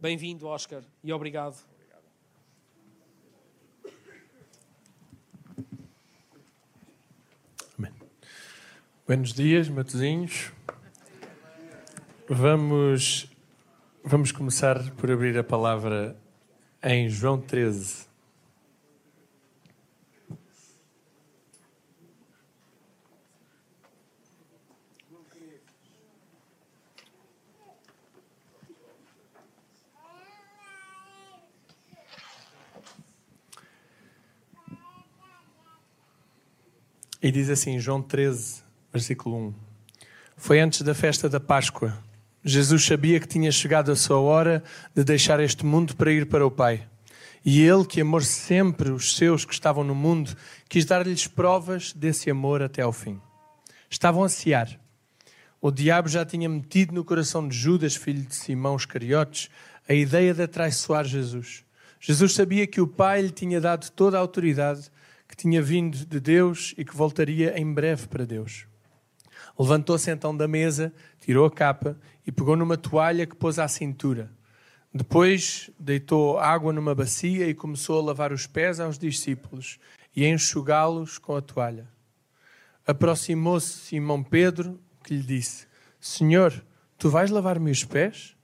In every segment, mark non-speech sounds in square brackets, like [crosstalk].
Bem-vindo, Oscar, e obrigado. Buenos dias, Matozinhos. Vamos, vamos começar por abrir a palavra em João 13. E diz assim, João 13, versículo 1. Foi antes da festa da Páscoa. Jesus sabia que tinha chegado a sua hora de deixar este mundo para ir para o Pai. E ele, que amou sempre os seus que estavam no mundo, quis dar-lhes provas desse amor até ao fim. Estavam a cear. O diabo já tinha metido no coração de Judas, filho de Simão Iscariotes, a ideia de atraiçoar Jesus. Jesus sabia que o Pai lhe tinha dado toda a autoridade que tinha vindo de Deus e que voltaria em breve para Deus. Levantou-se então da mesa, tirou a capa e pegou numa toalha que pôs à cintura. Depois deitou água numa bacia e começou a lavar os pés aos discípulos e a enxugá-los com a toalha. Aproximou-se Simão Pedro, que lhe disse: Senhor, tu vais lavar-me os pés?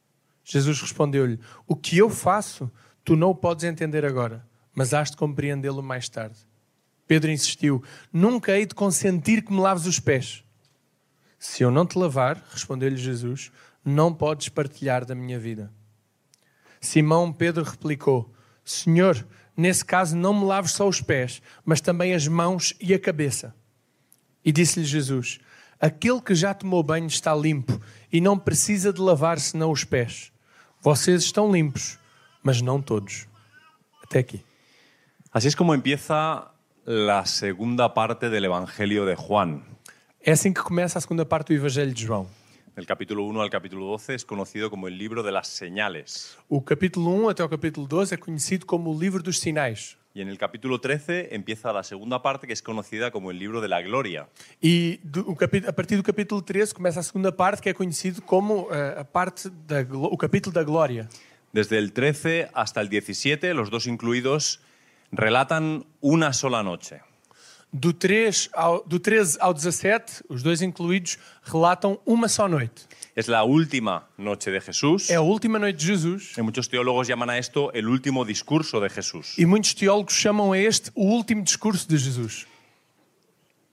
Jesus respondeu-lhe: O que eu faço, tu não o podes entender agora, mas has de compreendê-lo mais tarde. Pedro insistiu: Nunca hei de consentir que me laves os pés. Se eu não te lavar, respondeu-lhe Jesus, não podes partilhar da minha vida. Simão Pedro replicou: Senhor, nesse caso não me laves só os pés, mas também as mãos e a cabeça. E disse-lhe Jesus: Aquele que já tomou banho está limpo e não precisa de lavar senão os pés. Vocês estão limpos, mas não todos. Até aqui. Así es como empieza la segunda parte del Evangelio de Juan. É assim que começa a segunda parte do Evangelho de João. Del capítulo 1 al capítulo 12 es conocido como el libro de las señales. O capítulo 1 até o capítulo 12 é conhecido como o livro dos sinais. Y en el capítulo 13 empieza la segunda parte que es conocida como el libro de la gloria. E do, o capi- a partir do capítulo 13 começa a segunda parte, que é conhecido como eh, a parte da, glo- o capítulo da glória. Desde el 13 hasta el 17, los dos incluidos, relatan una sola noche. Do, 3 ao, do 13 ao 17, os dois incluídos, relatam uma só noite. Es la última noche de Jesús. É a última noite de Jesus. Y Muchos teólogos llaman a esto el último discurso de Jesús. E muitos teólogos chamam a este o último discurso de Jesus.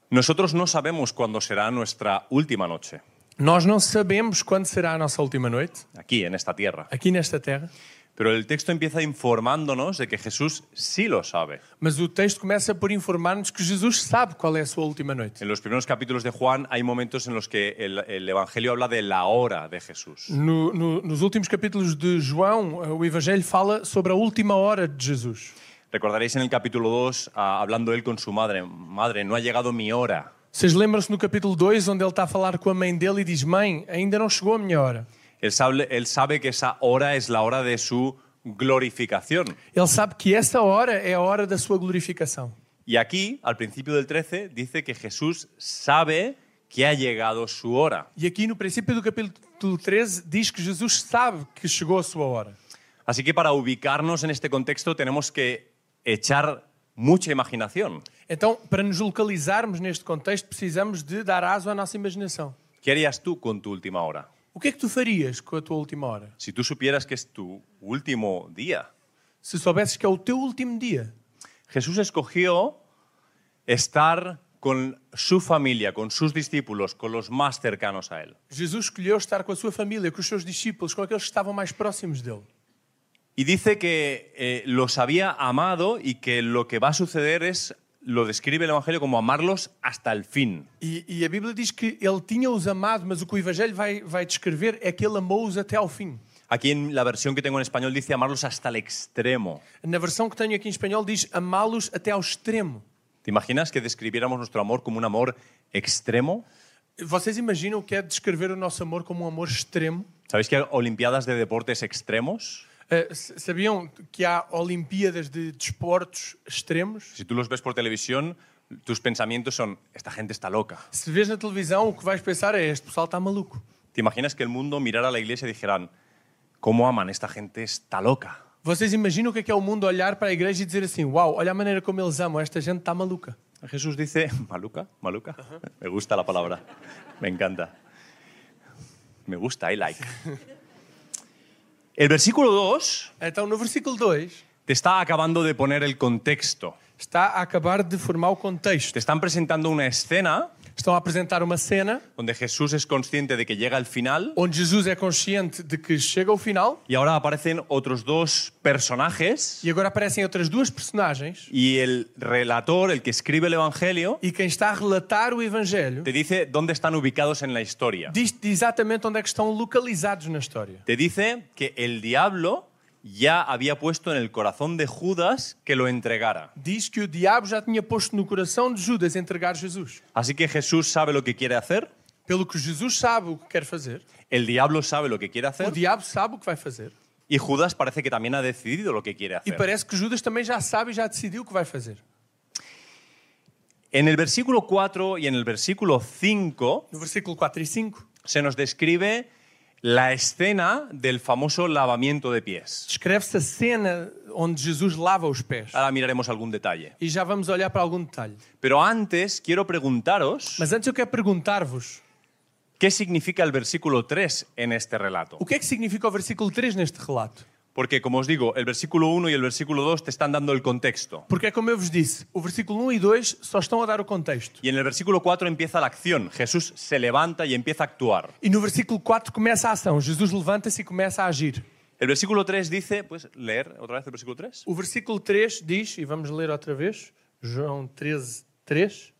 Nosotros no sabemos cuándo será nuestra última noche, Nós não sabemos quando será a nossa última noite, aquí, en esta tierra. aqui nesta terra, Pero el texto empieza informándonos de que Jesús sí lo sabe. mas o texto começa por informar-nos que Jesus sabe qual é a sua última noite. En los primeros capítulos de Juan hay momentos en los que el, el Evangelio habla de la hora de Jesús. No- no- nos últimos capítulos de João, eh, o Evangelho fala sobre a última hora de Jesus. Recordaréis en el capítulo 2, ah, hablando él con su madre, Madre, no ha llegado mi hora. Vocês lembram-se no capítulo 2, onde ele está a falar com a mãe dele e diz: Mãe, ainda não chegou a minha hora. Él sabe, él sabe que esa hora es la hora de su glorificación. Ele sabe que essa hora é a hora da sua glorificação. Y aquí, al principio del 13, dice que Jesús sabe que ha llegado su hora. E aqui no princípio do capítulo 13 diz que Jesus sabe que chegou a sua hora. Así que para ubicarnos en este contexto tenemos que echar mucha imaginación. Então, para nos localizarmos neste contexto, precisamos de dar aso à nossa imaginação. ¿Qué harías tú con tu última hora? O que é que tu farias com a tua última hora? Si tú supieras que es tu último día. Se soubesses que é o teu último dia, Jesús escogió estar con su familia, con sus discípulos, con los más cercanos a él. Jesus escolheu estar com a sua família, com os seus discípulos, com aqueles que estavam mais próximos dele. Y dice que eh, los había amado y que lo que va a suceder es, lo describe el Evangelio como amarlos hasta el fin. E, e a Bíblia diz que ele tinha-os amado, mas o que o Evangelho vai, vai descrever é que ele amou-os até ao fim. Aquí en la versión que tengo en español dice amarlos hasta el extremo. Na versão que tenho aqui em espanhol diz amá-los até ao extremo. ¿Te imaginas que describiéramos nuestro amor como un amor extremo? Vocês imaginam o que é descrever o nosso amor como um amor extremo? ¿Sabéis que hay Olimpiadas de Deportes Extremos? Ah, s- sabiam que há Olimpíadas de desportos extremos? Si tú los ves por televisión, tus pensamientos son, esta gente está loca. Se vês na televisão, o que vais pensar é este pessoal está maluco. ¿Te imaginas que el mundo mirara a la iglesia y dijeran, cómo aman, esta gente está loca. Vocês imaginam o que é, que é o mundo olhar para a igreja e dizer assim: Uau, olha a maneira como eles amam, esta gente está maluca. Jesús dice, [laughs] maluca, maluca, me gusta la palabra, me encanta. Me gusta, I like. El versículo 2 Então, no versículo 2, te está acabando de poner el contexto. está a acabar de formar o contexto. Te están presentando una escena Estão a apresentar uma cena donde Jesús es consciente de que llega al final onde Jesus é consciente de que chega ao final y ahora aparecen otros dos personajes e agora aparecem outras duas personagens. y el relator, el que escribe el Evangelio, E quem está a relatar o evangelho te dice dónde están ubicados en la historia. diz exatamente onde é que estão localizados na história. Te dice que el diablo ya había puesto en el corazón de Judas que lo entregara. Diz que o diabo já tinha posto no coração de Judas entregar Jesus. Así que Jesús sabe lo que quiere hacer, Pelo que Jesus sabe o que quer fazer, el diablo sabe lo que quiere o hacer diabo sabe o que vai fazer. y Judas parece que también ha decidido lo que quiere E hacer. parece que Judas também já sabe e já decidiu o que vai fazer. En el versículo 4 y en el versículo 5 No versículo 4 e 5, se nos describe la escena del famoso lavamiento de pies. descreve-se a cena onde Jesus lava os pés. Ahora miraremos algún detalle. E já vamos olhar para algum detalhe. Pero antes quiero preguntaros Mas antes eu quero perguntar-vos, qué significa el versículo 3 en este relato. o que é que significa o versículo 3 neste relato? Porque, como os digo, el versículo 1 y el versículo 2 te están dando el contexto. Porque é como eu vos disse, o versículo 1 e 2 só estão a dar o contexto. Y en el versículo 4 empieza la acción. Jesús se levanta y empieza a actuar. E no versículo 4 começa a ação. Jesus levanta-se e começa a agir. El versículo 3 dice, pues leer otra vez el versículo 3. O versículo 3 diz, e vamos ler outra vez, João 13, 3.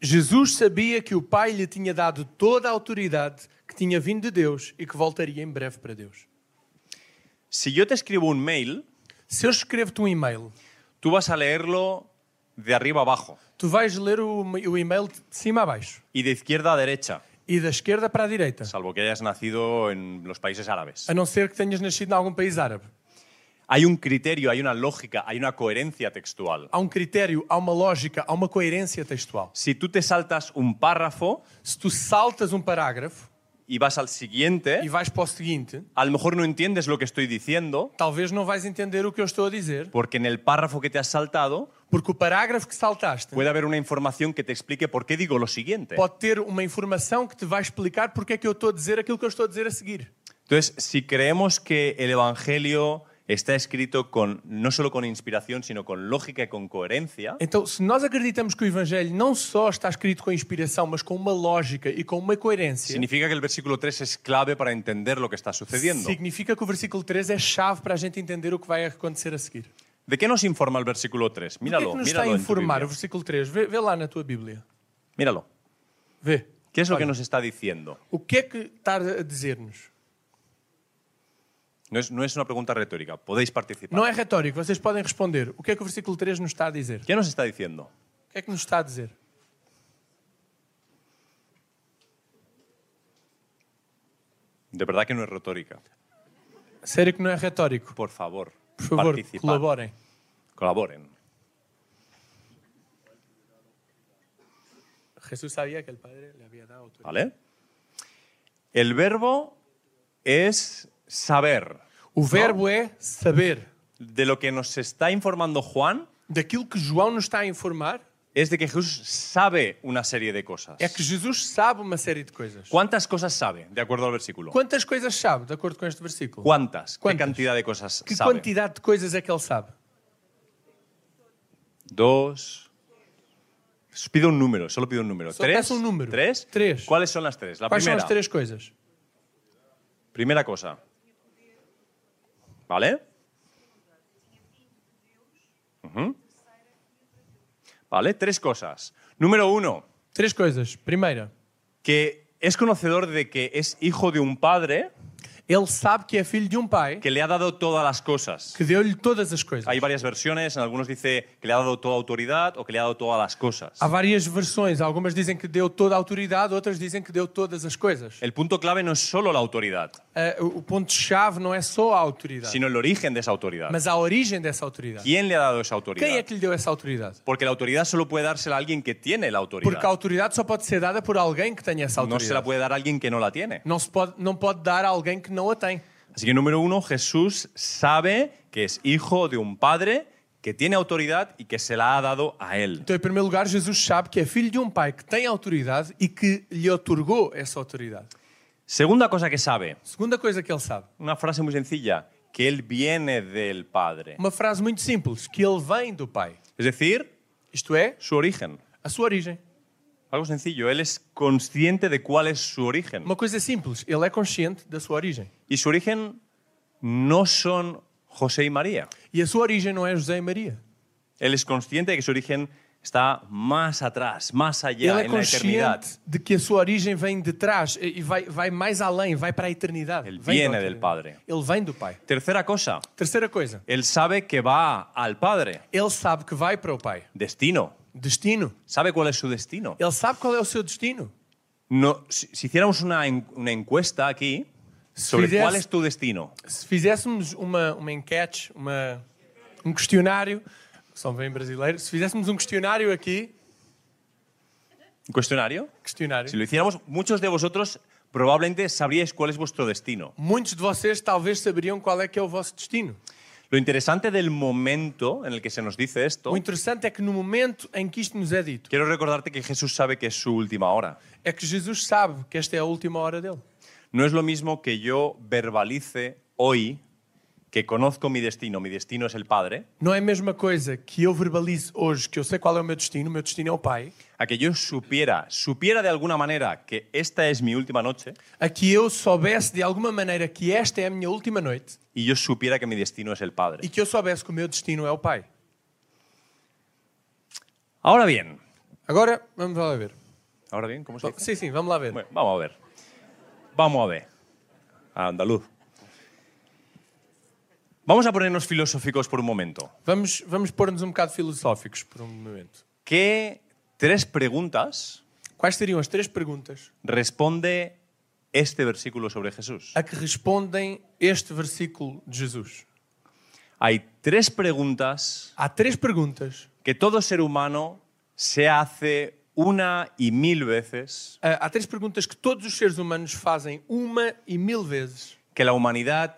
Jesus sabia que o Pai lhe tinha dado toda a autoridade que tinha vindo de Deus e que voltaria em breve para Deus. Si yo te escribo un mail, Se eu escrevo-te um e-mail, tú vas a leerlo de arriba abajo tu vais ler o, o e-mail de cima a baixo y de izquierda a derecha, e da esquerda para a direita, salvo que hayas nacido en los países árabes. a não ser que tenhas nascido em algum país árabe. Hay un criterio, hay una lógica, hay una coherencia textual. Há um critério, há uma lógica, há uma coerência textual. Si tú te saltas un párrafo Se tu saltas um parágrafo y vas al e siguiente, vais para o seguinte, a lo mejor no entiendes lo que estoy diciendo Talvez não vais entender o que eu estou a dizer, porque en el párrafo que te has saltado porque o parágrafo que saltaste puede haber una información que te explique por qué digo lo siguiente. pode ter uma informação que te vai explicar porque é que eu estou a dizer aquilo que eu estou a dizer a seguir. Entonces, si creemos que el Evangelio está escrito con, no solo con inspiración, sino con lógica y con coherencia, Então, se nós acreditamos que o Evangelho não só está escrito com inspiração, mas com uma lógica e com uma coerência, significa que el versículo 3 es clave para entender lo que está sucediendo. significa que o versículo 3 é chave para a gente entender o que vai acontecer a seguir. ¿De qué nos informa el versículo 3? O que é que Míralo, nos está a míralo. en tu informar o Biblia. versículo 3? Vê, vê lá na tua Bíblia. Míralo. Vê. ¿Qué es lo que nos está diciendo? O que é que está a dizer-nos? No es, no es una pregunta retórica, podéis participar. Não é retórico, vocês podem responder. O que é que o versículo 3 nos está a dizer? ¿Qué nos está diciendo? O que é que nos está a dizer? De verdad que no es retórica. Sério que não é retórico? Por favor, Por favor, participad. colaborem. Colaboren. Jesus sabia que o Padre lhe havia dado autoridade. ¿Vale? El verbo es saber. O verbo é saber. De lo que nos está informando Juan Daquilo que João nos está a informar es de que Jesús sabe una serie de cosas. é que Jesus sabe uma série de coisas. ¿Cuántas cosas sabe? De acuerdo al versículo. Quantas coisas sabe, de acordo com este versículo? ¿Cuántas? ¿Qué ¿Cuántas? cantidad de cosas Que sabe? quantidade de coisas é que ele sabe? Dos. Os Pido un número, solo pido un número. Só ¿Tres? peço un número. ¿Tres? Tres. ¿Cuáles son las tres? La Quais primera. são as três coisas? Primera cosa. ¿Vale? Ujú. ¿Vale? Tres cosas. Número uno, Três coisas. Primeira, que es conocedor de que es hijo de un padre Ele sabe que é filho de um pai que le ha dado todas las cosas. que deu-lhe todas as coisas. Hay varias versiones, en algunos dice que le ha dado toda autoridad o que le ha dado todas las cosas. Há várias versões. Algumas dizem que deu toda a autoridade, outras dizem que deu todas as coisas. El punto clave no es solo la autoridad, Ah, o o ponto-chave não é só a autoridade, sino el origen de esa autoridad. mas a origem dessa autoridade. ¿Quién le ha dado esa Quem é autoridad? que lhe deu essa autoridade? Porque la autoridad solo puede dársela a alguien que tiene la autoridad. Porque a autoridade só pode ser dada por alguém que tenha essa No se la autoridade. puede dar a alguien que no la tiene. Não, se pode, não pode dar a alguém que não a tem. Así que número uno, Jesús sabe que es hijo de un padre que tiene autoridad y que se la ha dado a él. Então, em primeiro lugar, Jesus sabe que é filho de um pai que tem autoridade e que lhe otorgou essa autoridade. Segunda cosa que sabe, Segunda coisa que ele sabe, una frase muy sencilla, que él viene del padre. uma frase muito simples, que ele vem do pai. Es decir, Isto é, su origen. a sua origem. Algo sencillo, él es consciente de cuál es su origen. Uma coisa simples, ele é consciente da sua origem. Y su origen no son José y María. E a sua origem não é José e Maria. Él es consciente de que su origen está más atrás, más allá, ele é en la eternidad. consciente de que a sua origem vem de trás e e vai, vai mais além, vai para a eternidade. Ele Vem da viene del eternidade. Ele vem do pai. Tercera cosa, Terceira coisa, él sabe que va al padre. ele sabe que vai para o pai. Destino. Destino. ¿Sabe cuál es su destino? Ele sabe qual é o seu destino. No, si, si hiciéramos una, en- una encuesta aquí sobre fizieras- cuál es tu destino, Se fizéssemos uma, uma enquete, uma, um questionário, só me vem brasileiro, se fizéssemos um questionário aqui, un cuestionario, questionário, si lo hiciéramos, muchos de vosotros probablemente sabríais cuál es vuestro destino. muitos de vocês talvez saberiam qual é que é o vosso destino. Lo interesante del momento en el que se nos dice esto, O interessante é que no momento em que isto nos é dito, quiero recordarte que Jesús sabe que es su última hora. é que Jesus sabe que esta é a última hora dele. No es lo mismo que yo verbalice hoy que conozco mi destino, mi destino es el Padre, Não é a mesma coisa que eu verbalize hoje que eu sei qual é o meu destino, o meu destino é o Pai, a que yo supiera, supiera de alguna manera que esta es mi última noche a que eu soubesse de alguma maneira que esta é a minha última noite y yo supiera que mi destino es el Padre. e que eu soubesse que o meu destino é o Pai. Ahora bien, Agora, vamos lá ver. ahora bien, ¿cómo se dice? Sim, sim, vamos lá ver. Bueno, vamos a ver. Vamos a ver. A andaluz. Vamos a ponernos filosóficos por un momento. Vamos, vamos pôr-nos um bocado filosóficos por um momento. ¿Qué tres preguntas Quais seriam as três perguntas responde este versículo sobre Jesús? a que respondem este versículo de Jesus? Hay tres preguntas Há três perguntas. que todo ser humano se hace una y mil veces, ah, Há três perguntas que todos os seres humanos fazem uma e mil vezes. que la humanidad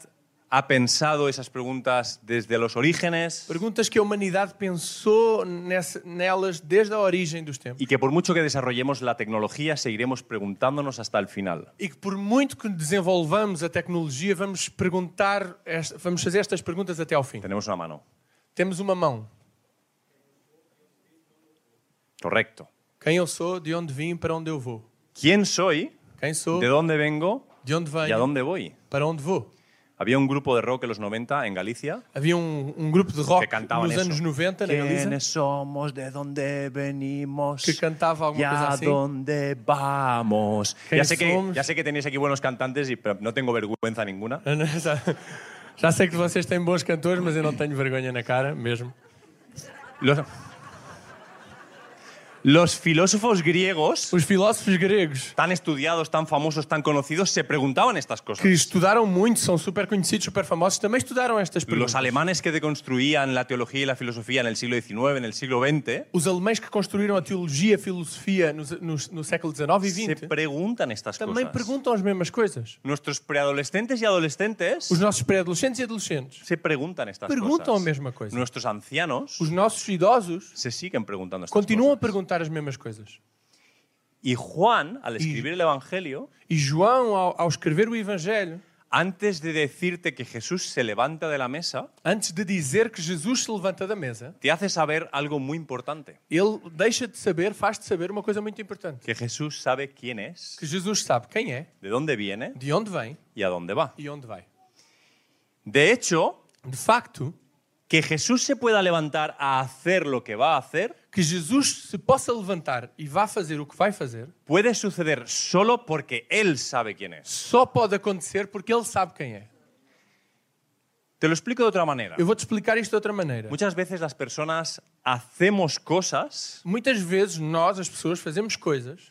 ha pensado esas preguntas desde los orígenes Perguntas que a humanidade pensou nessa- nelas desde a origem dos tempos. y que por mucho que desarrollemos la tecnología seguiremos preguntándonos hasta el final. E que por muito que desenvolvamos a tecnologia, vamos perguntar, esta- vamos fazer estas perguntas até ao fim. Tenemos una mano. Temos uma mão. Correcto. Quem eu sou, de onde vim, para onde eu vou. ¿Quién soy? Quem sou, ¿De dónde vengo? de onde ¿Y a venho, dónde voy? para onde vou. Había un grupo de rock en los 90 en Galicia Havia um, um grupo de rock que cantaban nos eso. anos né, 90 na Galiza ¿Quiénes somos? ¿De dónde venimos? que cantava ¿Y alguma coisa a assim. dónde vamos? Ya ¿Quiénes sé, que, somos? ya sé que tenéis aquí buenos cantantes, y, pero no tengo vergüenza ninguna. Eu [laughs] não- já- Já sei que vocês têm bons cantores, mas eu não tenho vergonha na cara, mesmo. Los, los filósofos griegos, Os filósofos gregos tan estudiados, tan famosos, tan conocidos, se preguntaban estas cosas. que estudaram muito, são super conhecidos, super famosos, também estudaram estas perguntas. Los alemanes que deconstruían la teología y la filosofía en el siglo XIX, en el siglo XX, Os alemães que construíram a teologia, a filosofia nos- nos- no, século XIX e se XX preguntan estas também cosas. perguntam as mesmas coisas. Nuestros preadolescentes y Os adolescentes nossos pré-adolescentes e adolescentes se preguntan estas perguntam a cosas. mesma coisa. Nuestros ancianos Os nossos idosos se siguen preguntando estas continuam a cosas. perguntar as mesmas coisas. Y Juan, al escribir el Evangelio, E João, ao- ao escrever o Evangelho, antes de decirte que Jesús se levanta de la mesa, antes de dizer que Jesus se levanta da mesa, te hace saber algo muy importante. ele deixa-te saber, faz-te saber uma coisa muito importante. Que Jesús sabe quién es, Que Jesus sabe quem é, de dónde viene de onde vem y a dónde va. e onde vai. De hecho, De facto, que Jesús se pueda levantar a hacer lo que va a hacer, que que Jesus se possa levantar e vá fazer o que vai fazer, puede suceder solo porque Él sabe quién es. só pode acontecer porque ele sabe quem é. Te lo explico de otra manera. Eu vou te explicar isto de outra maneira. Muchas veces las personas hacemos cosas Muitas vezes nós, as pessoas, fazemos coisas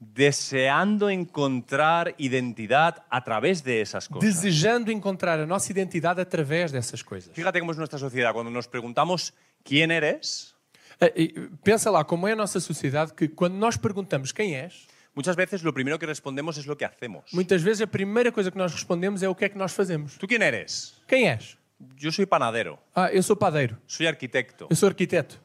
deseando encontrar identidad a través de esas cosas. desejando encontrar a nossa identidade através dessas coisas. Fíjate cómo es nuestra sociedad. Cuando nos preguntamos quién eres, Ah, e, Pensa lá como é a nossa sociedade que quando nós perguntamos quem és, muchas veces lo primero que respondemos es lo que hacemos. muitas vezes a primeira coisa que nós respondemos é o que é que nós fazemos. ¿Tú quién eres? Quem és? Yo soy panadero, Ah, eu sou padeiro. soy arquitecto. Eu sou arquiteto.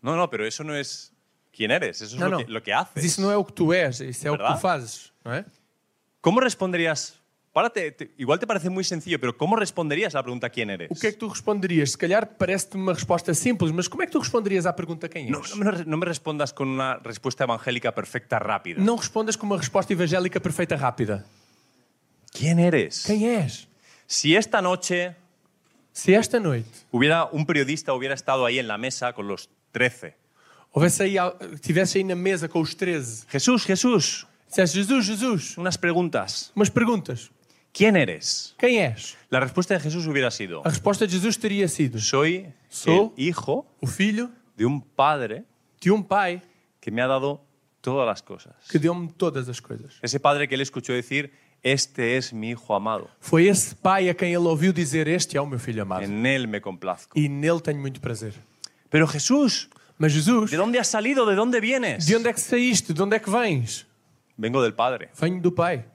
No, no, pero eso no es quién eres, eso es Não, lo, não. é Que, lo que Mas haces. isso não é o que tu és, isso é o que Verdade? tu fazes, não é? ¿Cómo responderías? Párate, te- igual te parece muy sencillo, pero ¿cómo responderías a la pregunta quién eres? O que é que tu responderias? Se calhar parece-te uma resposta simples, mas como é que tu responderias à pergunta quem és? No, no me lo- no me respondas con una respuesta evangélica perfecta rápida. Não respondas com uma resposta evangélica perfeita rápida. ¿Quién eres? Quem és? Si esta noche Se esta noite hubiera un periodista hubiera estado ahí en la mesa con los 13. houvesse aí, al- tivesse aí na mesa com os 13, Jesús, Jesús, dissesse Jesus, Jesus, unas preguntas. umas perguntas. ¿Quién eres? Quem és? La respuesta de Jesús hubiera sido, A resposta de Jesus teria sido soy Soy- el hijo o filho de un padre de um pai que me ha dado todas las cosas. que deu-me todas as coisas. Ese padre que él escuchó decir, este es mi hijo amado, Foi esse pai a quem ele ouviu dizer este é o meu filho amado. en él me complazco. E nele tenho muito prazer. Pero Jesús, Mas Jesus, ¿de dónde has salido? ¿De dónde vienes? de onde é que saíste? De onde é que vens? Vengo del padre. Venho do pai.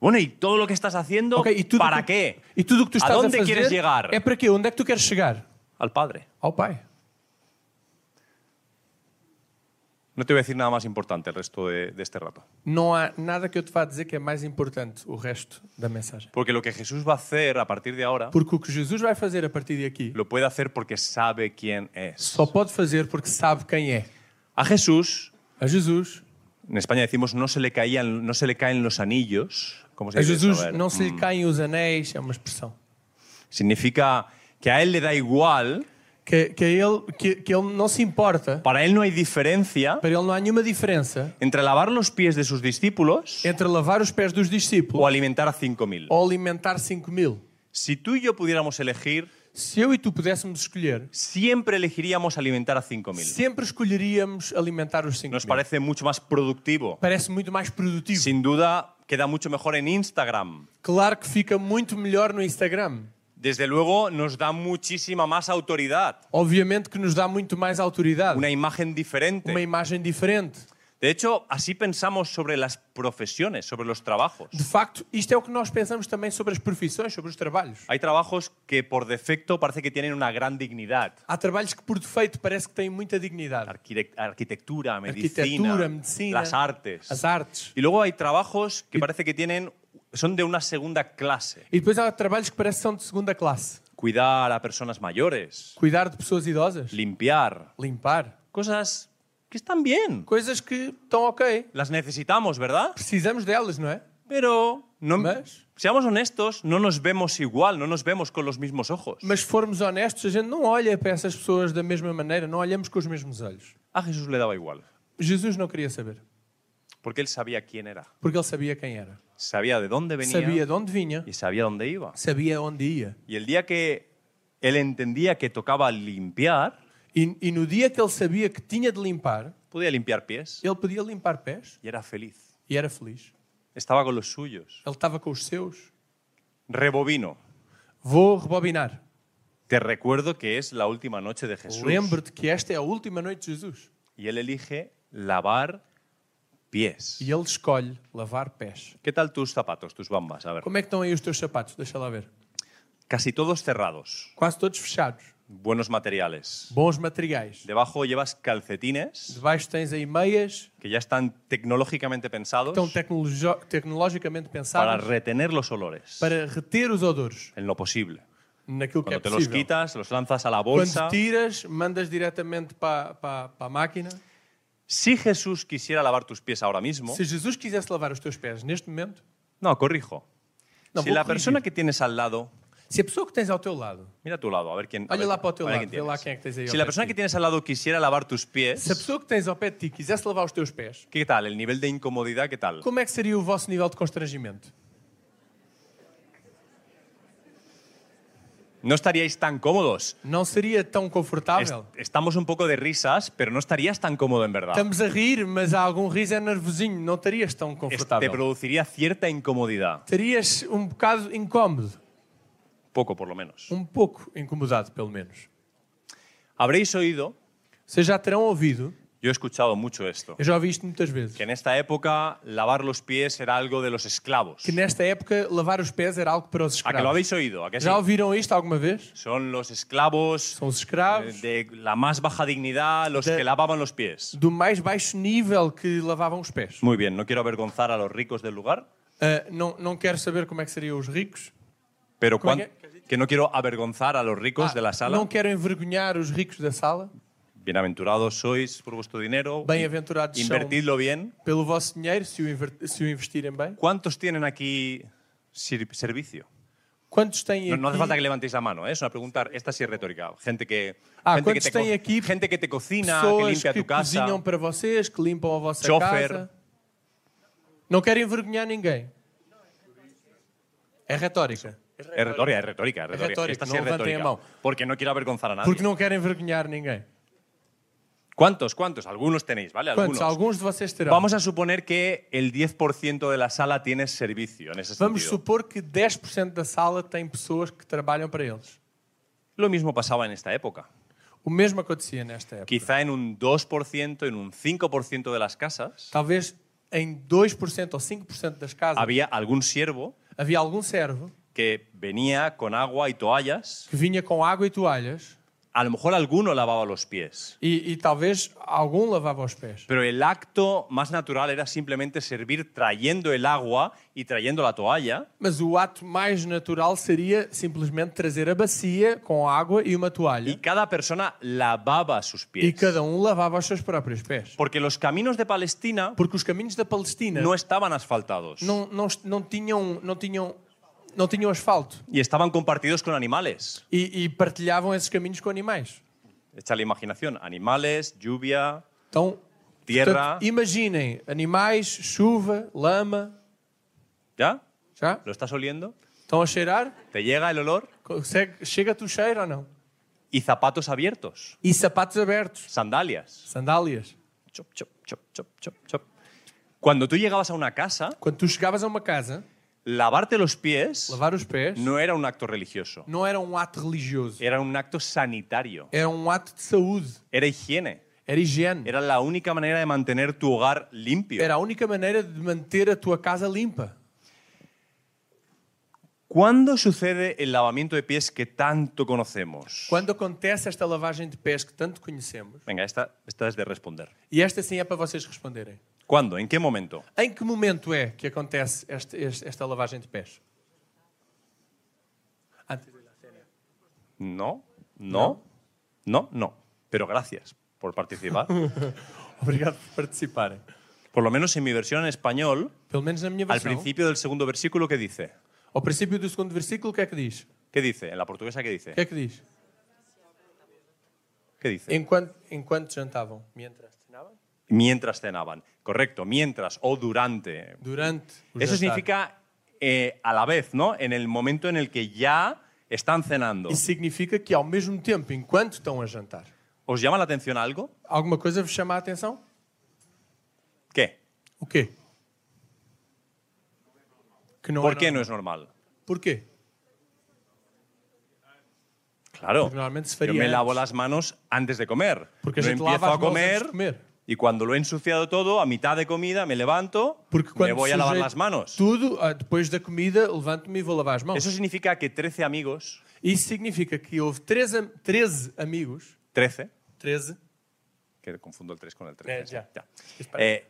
Bueno, ¿y todo lo que estás haciendo, Ok, e tudo Então, para que- quê? E tudo o que tu ¿A estás a, dónde fazer quieres llegar? é para quê? Onde é que tu queres chegar? Al padre. Ao pai. No te voy a decir nada más importante el resto de, de este rato. Não há nada que eu te vá dizer que é mais importante o resto da mensagem. Porque lo que Jesús va a hacer a partir de ahora, Porque o que Jesus vai fazer a partir de aqui lo puede hacer porque sabe quién es. só pode fazer porque sabe quem é. A Jesús, A Jesus, en España decimos, no se le, caían, no se le caen los anillos. ¿Cómo se a dice eso? Jesus A ver, não Hum. se lhe mm, caem os anéis, é uma expressão. Significa que a él le da igual, Que, que, a ele, que, que ele não se importa, para él no hay diferencia para ele não há nenhuma diferença entre lavar los pies de sus discípulos entre lavar os pés dos o discípulos alimentar a 5.000. ou alimentar 5 mil. Si tú y yo pudiéramos elegir, Se eu e tu pudéssemos escolher, siempre elegiríamos alimentar a 5.000. sempre escolheríamos alimentar os 5 Nos mil. parece mucho más productivo. Parece muito mais produtivo. Sin duda, queda mucho mejor en Instagram. Claro que fica muito melhor no Instagram. Desde luego, nos da muchísima más autoridad, Obviamente que nos dá muito mais autoridade, una imagen uma diferente. imagem diferente. De hecho, así pensamos sobre las profesiones, sobre los trabajos. De facto, isto é o que nós pensamos também sobre as profissões, sobre os trabalhos. Hay trabajos que por defecto parece que tienen una gran dignidad. Há trabalhos que, por defeito, parece que têm muita dignidade. Arquire- Arquitectura, medicina, Arquitetura, medicina, las artes. as artes. Y luego hay trabajos que parece que tienen, son de una segunda clase. E depois há trabalhos que parecem que são de segunda classe. Cuidar a personas mayores, Cuidar de pessoas idosas, limpiar, limpar. cosas que están bien. Coisas que estão ok. Las necesitamos, ¿verdad? Precisamos delas, não é? Pero no, Mas- seamos honestos, no nos vemos igual, no nos vemos con los mismos ojos. Mas se formos honestos, a gente não olha para essas pessoas da mesma maneira, não olhamos com os mesmos olhos. A Jesús le daba igual, Jesus não queria saber, porque él sabía quién era, porque ele sabia quem era. sabía de dónde venía Sabia de onde vinha, y sabía dónde iba. sabia onde ia. Y el día que él entendía que tocaba limpiar, E, e no dia que ele sabia que tinha de limpar, podía limpiar pies ele podia limpar pés y era feliz. e era feliz. Estaba con los suyos. Ele estava com os seus. Rebobino. Vou rebobinar. Te recuerdo que es la última noche de Jesús. Lembro-te que esta é a última noite de Jesus. Y él elige lavar pies. E ele escolhe lavar pés. ¿Qué tal tus zapatos, tus bambas? A ver. Como é que estão aí os teus sapatos? Deixa lá ver. Casi todos cerrados. Quase todos fechados. Buenos materiales. Bons materiais. Debajo llevas calcetines Debaixo tens aí meias, que ya están tecnológicamente pensados estão tecnologi- tecnologicamente para pensadas retener los olores. para reter os odores En lo posible. naquilo que Cuando é te los possível. quitas, los lanzas a la Quando bolsa. tiras, mandas diretamente para, para, para a máquina. Si Jesús quisiera lavar tus pies ahora mismo, Se Jesus quisesse lavar os teus pés neste momento, no, corrijo. No, si vos la corrigir. persona que tienes al lado Se a pessoa que tens ao teu lado, Mira a tu lado, a ver quién. a olha ver- lá para o teu a ver lado, quién vê lá tienes. quem é que tens aí ao Si la pé de persona ti. que tienes al lado quisiera lavar tus Se a pies, pessoa que tens ao pé de ti quisesse lavar os teus pés, ¿qué tal? ¿El nivel de incomodidad qué tal? como é que seria o vosso nível de constrangimento? No estaríais tan cómodos. Não seria tão Est- confortável? estamos un poco de risas, pero no estarías tan cómodo en verdad. Estamos a rir, mas há algum riso é nervosinho, não estarias tão Es- Te confortável. produciría cierta incomodidad. Estarias um bocado incómodo, Poco, por lo menos. um pouco incomodado, pelo menos. Habréis oído, Vocês já terão ouvido, yo he escuchado mucho esto, eu já ouvi isto muitas vezes, que é- en esta época lavar los pies era algo de los esclavos. que nesta época lavar os pés era algo para os ¿A que lo escravos. habéis oído? ¿A que sí? Já ouviram isto alguma vez? Son los esclavos São os eh, escravos de la más baja dignidad los De- que lavaban los pies. do mais baixo nível que lavavam os pés. Muy bien, no quiero avergonzar a los ricos del lugar, Ah, não, não quero saber como é que seriam os ricos. pero ¿Cómo Ah, cuan- que no quiero avergonzar a los ricos de la sala. Não quero envergonhar os ricos da sala. Bienaventurados sois por vuestro dinero. Bienaventurados son. Invertidlo bien. Pelo vosso dinheiro, se o, inver- se o investirem bem. ¿Cuántos tienen aquí sir- servicio? Quantos têm No, aqui... no hace falta que levantéis la mano, ¿eh? es una pregunta, esta sí es retórica. Gente que, Ah, gente, que ¿cuántos te co- hay aquí? gente que te cocina, que pessoas limpia que tu casa. cozinham para vocês, que limpam a vossa Chofer. casa. Não quero envergonhar ninguém. É retórica. Es retórica, es retórica, es retórica. retórica, Esta sí no Pues es levanten retórica. la mano. Porque no quiero avergonzar a nadie. Porque não quero envergonhar ninguém. ¿Cuántos? ¿Cuántos? Algunos tenéis, ¿vale? Algunos. Quantos? Alguns de vocês terão. Vamos a suponer que el 10% de la sala tiene servicio en ese Vamos sentido. supor que 10% da sala tem pessoas que trabalham para eles. Lo mismo pasaba en esta época. O mesmo acontecia nesta época. Quizá en un 2%, en un 5% de las casas Talvez em 2% ou 5% das casas había algún siervo havia algum servo que venía con agua y toallas. que vinha com água e toalhas A lo mejor alguno lavaba los pies. e, e talvez algum lavava os pés. Pero el acto más natural era simplemente servir trayendo el agua y trayendo la toalla. Mas o ato mais natural seria simplesmente trazer a bacia com água e uma Y toalha cada persona lavaba sus e pies. cada um lavava os seus próprios pés. Porque los caminos de Palestina Porque os caminhos da Palestina no estaban asfaltados. não, não, não tinham, não, tinham, não tinham asfalto Y estaban compartidos con animales. e, e partilhavam esses caminhos com animais. Echa la imaginación. Animales, lluvia, Então, tierra. portanto, imaginem animais, chuva, lama. ¿Ya? Já? ¿Lo estás oliendo? Estão a cheirar? ¿Te llega el olor? Consegue- Chega-te o cheiro ou não? Y zapatos abiertos. E sapatos abertos, Sandalias. sandálias. Chop, chop, chop, chop, chop, chop. Cuando tú llegabas a una casa, Quando tu chegavas a uma casa, lavarte los pies lavar os pés no era un acto religioso. não era um ato religioso, Era un acto sanitario. era um ato de saúde, Era higiene. era higiene. Era la única manera de mantener tu hogar limpio. Era a única maneira de manter a tua casa limpa. ¿Cuándo sucede el lavamiento de pies que tanto conocemos? Quando acontece esta lavagem de pés que tanto conhecemos, Venga, esta, esta es de responder. e esta sim é para vocês responderem. ¿Cuándo? ¿En qué momento? Em que momento é que acontece este- este- esta lavagem de pés? Antes da cena. No, no, no, no. Pero gracias por participar. Obrigado por participarem. Por lo menos en mi versión en español, Pelo menos na minha al versão. principio del segundo versículo, ¿qué dice? Ao princípio do segundo versículo, o que é que diz? ¿Qué dice? En la portuguesa, O ¿qué que dice? é que diz? ¿Qué dice? Enquanto, enquanto jantavam. Mientras cenavam? Mientras cenaban. Correcto, mientras o durante. Durante o jantar. Eso significa eh, a la vez, ¿no? En el momento en el que ya están cenando. Isso significa que ao mesmo tempo, enquanto estão a jantar. ¿Os llama la atención algo? Alguma coisa vos chama a atenção? ¿Qué? O quê? Que não ¿Por é qué normal. no es normal? Porquê? Claro. Porque normalmente se Yo faria me lavo antes. las manos antes de comer. Porque a no gente lava as empiezo a mãos antes comer, de comer. y cuando lo he ensuciado todo, a mitad de comida me levanto, Porque quando me voy a lavar sujeito las manos. Tudo, ah, depois da comida, levanto-me e vou lavar as mãos. Eso significa que 13 amigos, Isso significa que houve 13, am- 13 amigos, 13, 13, que confundo el 3 con el 13. Eh, ya. Eh,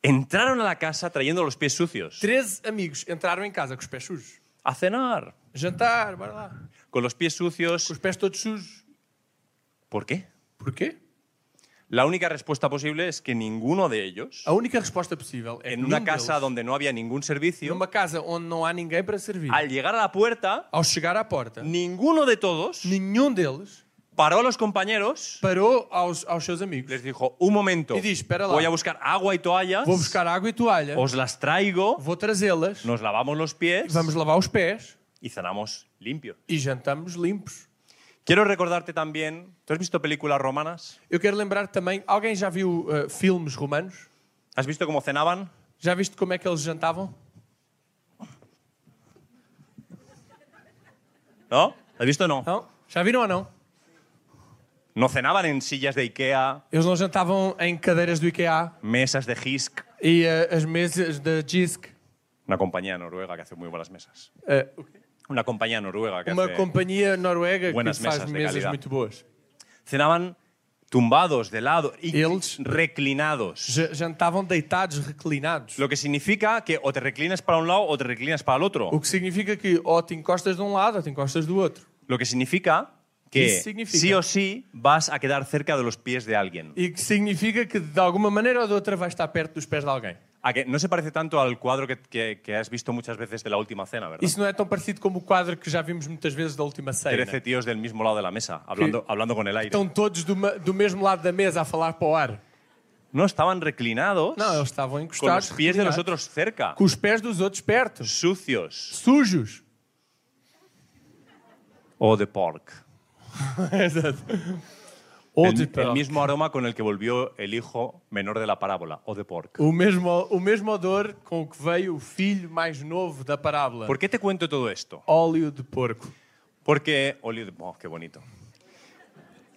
entraron a la casa trayendo los pies sucios. 13 amigos entraram em casa com os pés sujos. A cenar, Jantar, bora lá. con los pies Com sucios. os pés todos sujos. ¿Por qué? Porquê? La única respuesta posible es que ninguno de ellos, A única resposta possível é en que una nenhum casa deles, donde no había ningún servicio, numa casa onde não há ninguém para servir, al llegar a la puerta, ao chegar à porta, ninguno de todos nenhum deles paró a los compañeros, parou aos, aos seus amigos. les dijo, un momento, Y dice, "Espera lá. voy a buscar agua y toallas, Vou buscar água e toalha, os las traigo, vou trazê-las, nos lavamos los pies vamos lavar os pés y cenamos limpio. e jantamos limpos. Quiero recordarte también, ¿tú has visto películas romanas? Eu quero lembrar também, alguém já viu eh, filmes romanos? ¿Has visto cómo cenaban? Já viste como é que eles jantavam? ¿No? ¿Has visto? No. Não? Já viram ou não? No cenaban en sillas de Ikea, Eles não jantavam em cadeiras do IKEA mesas de Hisk, e eh, as mesas da Gisk, una compañía noruega que hace muy buenas mesas. eh, Una compañía noruega que uma hace... companhia noruega que é Buenas faz mesas de mesas calidad. muito boas. Cenaban tumbados de lado y Ellos- reclinados. Ja- Jantavam deitados, reclinados. Lo que significa que o te reclinas para un lado o te reclinas para el otro. O que significa que ou te encostas de um lado ou te encostas do outro. Lo que significa que Isso significa. sí o sí vas a quedar cerca de los pies de alguien. E que significa que de alguma maneira ou de outra vais estar perto dos pés de alguém. A que no se parece tanto al cuadro que, que- que has visto muchas veces de la última cena, ¿verdad? Isso não é tão parecido como o quadro que já vimos muitas vezes da última ceia. Trece tíos del mismo lado de la mesa, hablando, hablando con el aire. Estão todos do, ma- do mesmo lado da mesa a falar para o ar. No estaban reclinados Não, eles estavam con encostados. los pies de los reclinados, otros cerca, Com os pés dos outros perto. sucios Sujos. [laughs] o de pork. Exato. El, Old el People. mismo aroma con el que volvió el hijo menor de la parábola, o de pork. O mesmo, o mesmo odor com o que veio o filho mais novo da parábola. ¿Por qué te cuento todo esto? Óleo de porco. Porque, Oli- oh, qué bonito.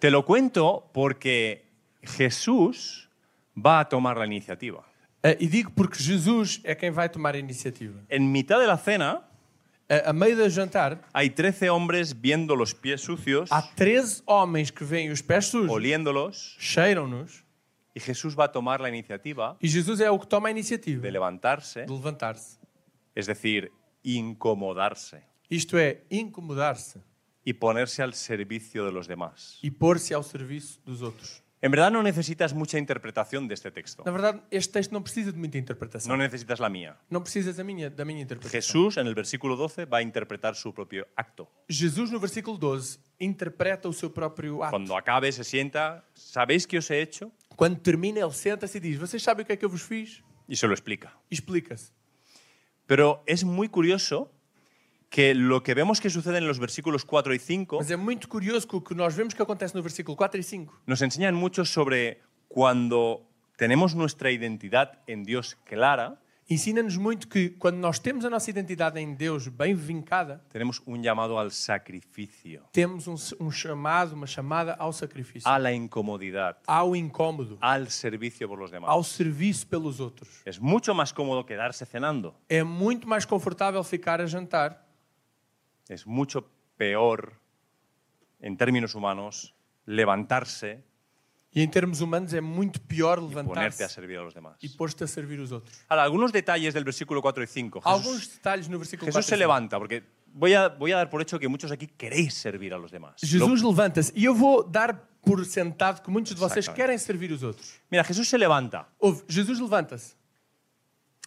Te lo cuento porque Jesús va a tomar la iniciativa. Ah, e digo porque Jesus é quem vai tomar a iniciativa. En mitad de la cena Ah, a meio da jantar, hay 13 hombres viendo los pies sucios, há 13 homens que vêm os pés sujos, oliéndolos, cheiram-nos, y Jesús va a tomar la iniciativa e Jesus é o que toma a iniciativa de levantarse, de levantar-se. es decir, incomodarse Isto é, incomodar-se y ponerse al servicio de los demás. e pôr-se ao serviço dos outros. En verdad no necesitas mucha interpretación de este texto. Na verdade, este texto não precisa de muita interpretação. No necesitas la mía. Não precisa da minha, da minha interpretação. Jesús en el versículo 12 va a interpretar su propio acto. Jesus, no versículo 12, interpreta o seu próprio ato. Cuando acabe, se sienta, ¿sabéis qué os he hecho? Quando termina, ele senta-se e diz: Vocês sabem o que é que eu vos fiz? Y se lo explica. E Explica-se. Pero es muy curioso que lo que vemos que sucede en los versículos 4 y 5 Mas é muito curioso que o que nós vemos que acontece no versículo 4 e 5 nos enseñan mucho sobre cuando tenemos nuestra identidad en Dios clara, ensina-nos muito que quando nós temos a nossa identidade em Deus bem vincada, tenemos un llamado al sacrificio, temos um, um chamado, uma chamada ao sacrifício, a la incomodidad, ao incómodo, al servicio por los demás. ao serviço pelos outros. Es mucho más cómodo quedarse cenando, É muito mais confortável ficar a jantar, es mucho peor, en términos humanos, levantarse e em termos humanos é muito pior y ponerte a levantar-se servir a los demás. e pôr-te a servir os outros. Ahora, algunos detalles del versículo 4 y 5. Jesús, Alguns detalhes no versículo assim. Jesús 4 se e 5. levanta, porque voy a, voy a dar por hecho que muitos aquí queréis servir a los demás. Jesus Lo- levanta-se. E eu vou dar por sentado que muitos de vocês Exatamente. querem servir os outros. mira, Jesús se levanta. Ouve, Jesus levanta-se.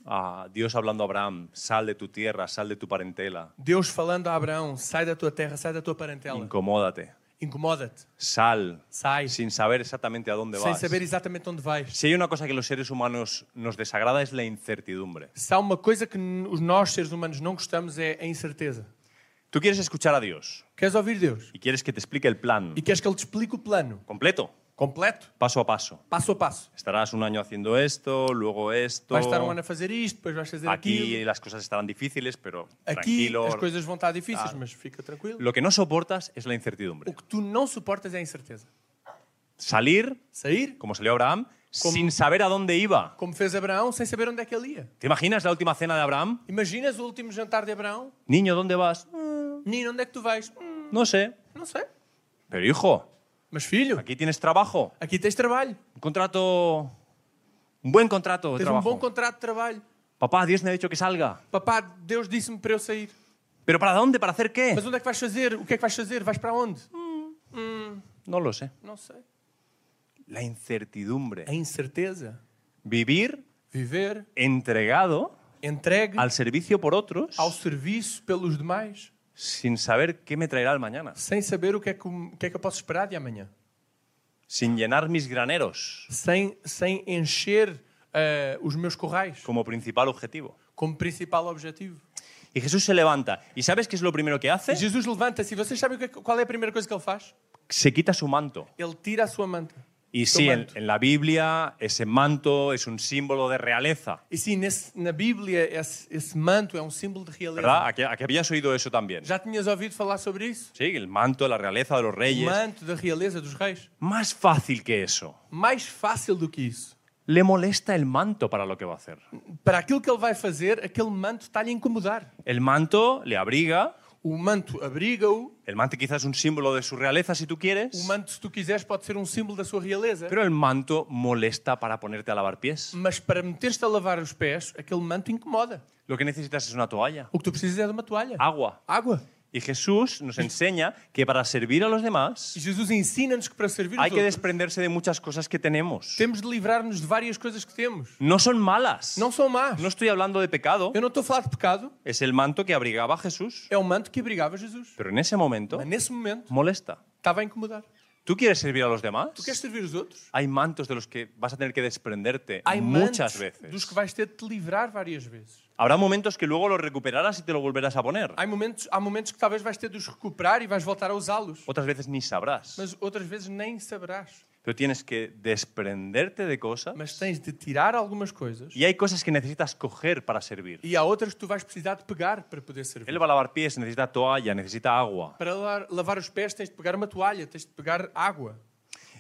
Ah, Dios hablando a Abraham, sal de tu tierra, sal de tu parentela, Deus falando a Abraão: sai da tua terra, sai da tua parentela. incomódate, Incomoda-te. sal, Sai. sin saber exactamente a dónde Sem vas. saber exatamente onde vais. Si hay una cosa que los seres humanos nos desagrada es la incertidumbre. Se há uma coisa que n- os nós, seres humanos, não gostamos é a incerteza. Tú quieres escuchar a Dios Queres ouvir Deus y quieres que te explique el plan e queres que Ele te explique o plano completo, completo, paso a paso. passo a passo. Estarás un año haciendo esto, luego esto. Vais estar um ano a fazer isto, depois vais fazer Aquí aquilo. las cosas estarán difíciles, pero Aqui tranquilo. Tá. as coisas vão estar difíceis, mas fica tranquilo. Lo que no soportas es la O incertidumbre. que tu não suportas é a incerteza. Salir, Sair, como salió Abraham, Como- sin saber a dónde iba. como fez Abraão, sem saber onde é que ele ia. ¿Te imaginas la última cena de Abraham? Imaginas o último jantar de Abraão? Niño, ¿dónde vas? Mm, Nino, onde é que tu vais? Hum, No sé. não sei. Pero hijo, Mas filho, aquí tienes trabajo. aqui tens trabalho. Un contrato... Un buen contrato de Tens um trabajo. bom contrato de trabalho. Papá, Dios me ha dicho que salga. Papá, Deus disse-me para eu sair. ¿Pero para dónde? ¿Para hacer qué? Mas onde é que vais fazer? O que é que vais fazer? Vais para onde? No lo sé. Não sei. La incertidumbre. A É incerteza. Vivir Viver entregado entregue al servicio por otros ao serviço pelos demais, sin saber qué me traerá el mañana. sem saber o que é que, o que, é que eu posso esperar de amanhã. Sin llenar mis graneros Sem, sem encher eh, os meus corrais como principal objetivo. como principal objetivo. Y Jesús se levanta. ¿Y sabes qué es lo primero que E hace? Jesus levanta-se e vocês sabem o que é que- qual é a primeira coisa que ele faz? Se quita su manto. Ele tira a sua manta. Y Su sí, en, manto. en la Biblia ese manto es un símbolo de realeza, E sim, nesse- na Bíblia, esse, ese manto é um símbolo de realeza. ¿verdad? ¿A que, a que habías oído eso también? Já tinhas ouvido falar sobre isso? Sí, el manto de la realeza de los O reyes. manto da realeza dos reis. Más fácil que eso. Mais fácil do que isso. Le molesta el manto para lo que va a hacer. Para aquilo que ele vai fazer, aquele manto está-lhe a incomodar. El manto le abriga. O manto abriga-o, El manto quizás es un símbolo de su realeza si tú o quieres. manto, se tu quiseres, pode ser um símbolo da sua realeza. Pero el manto molesta para ponerte a lavar pies. Mas para meter-te a lavar os pés, aquele manto incomoda. Lo que necesitas es una toalla, O que tu precisas é de uma toalha. agua. Água. Y Jesús nos enseña que para servir a los demás E Jesus ensina-nos que para servir os hay que outros, desprenderse de muchas cosas que tenemos. temos de livrar-nos de várias coisas que temos. No son malas. Não são más. No estoy hablando de pecado. Eu não estou a falar de pecado. Es el manto que abrigaba a Jesús. É o manto que abrigava Jesus. Pero en ese momento Mas nesse momento, molesta. estava a incomodar. ¿Tú quieres servir a los demás? Tu queres servir os outros? Hay mantos de los que vas a tener que desprenderte Há mantos muchas dos veces. que vais ter de te livrar várias vezes. Habrá momentos que luego los recuperarás y te lo volverás a poner. Há momentos, há momentos que talvez vais ter de os recuperar e vais voltar a usá-los. Otras veces ni sabrás. Mas outras vezes nem saberás. Pero tienes que desprenderte de cosas. Mas tens de tirar algumas coisas Y hay cosas que necesitas coger para servir. e há outras que tu vais precisar de pegar para poder servir. Él va a lavar pies, necesita toalla, necesita agua. Para lavar, lavar os pés tens de pegar uma toalha, tens de pegar água.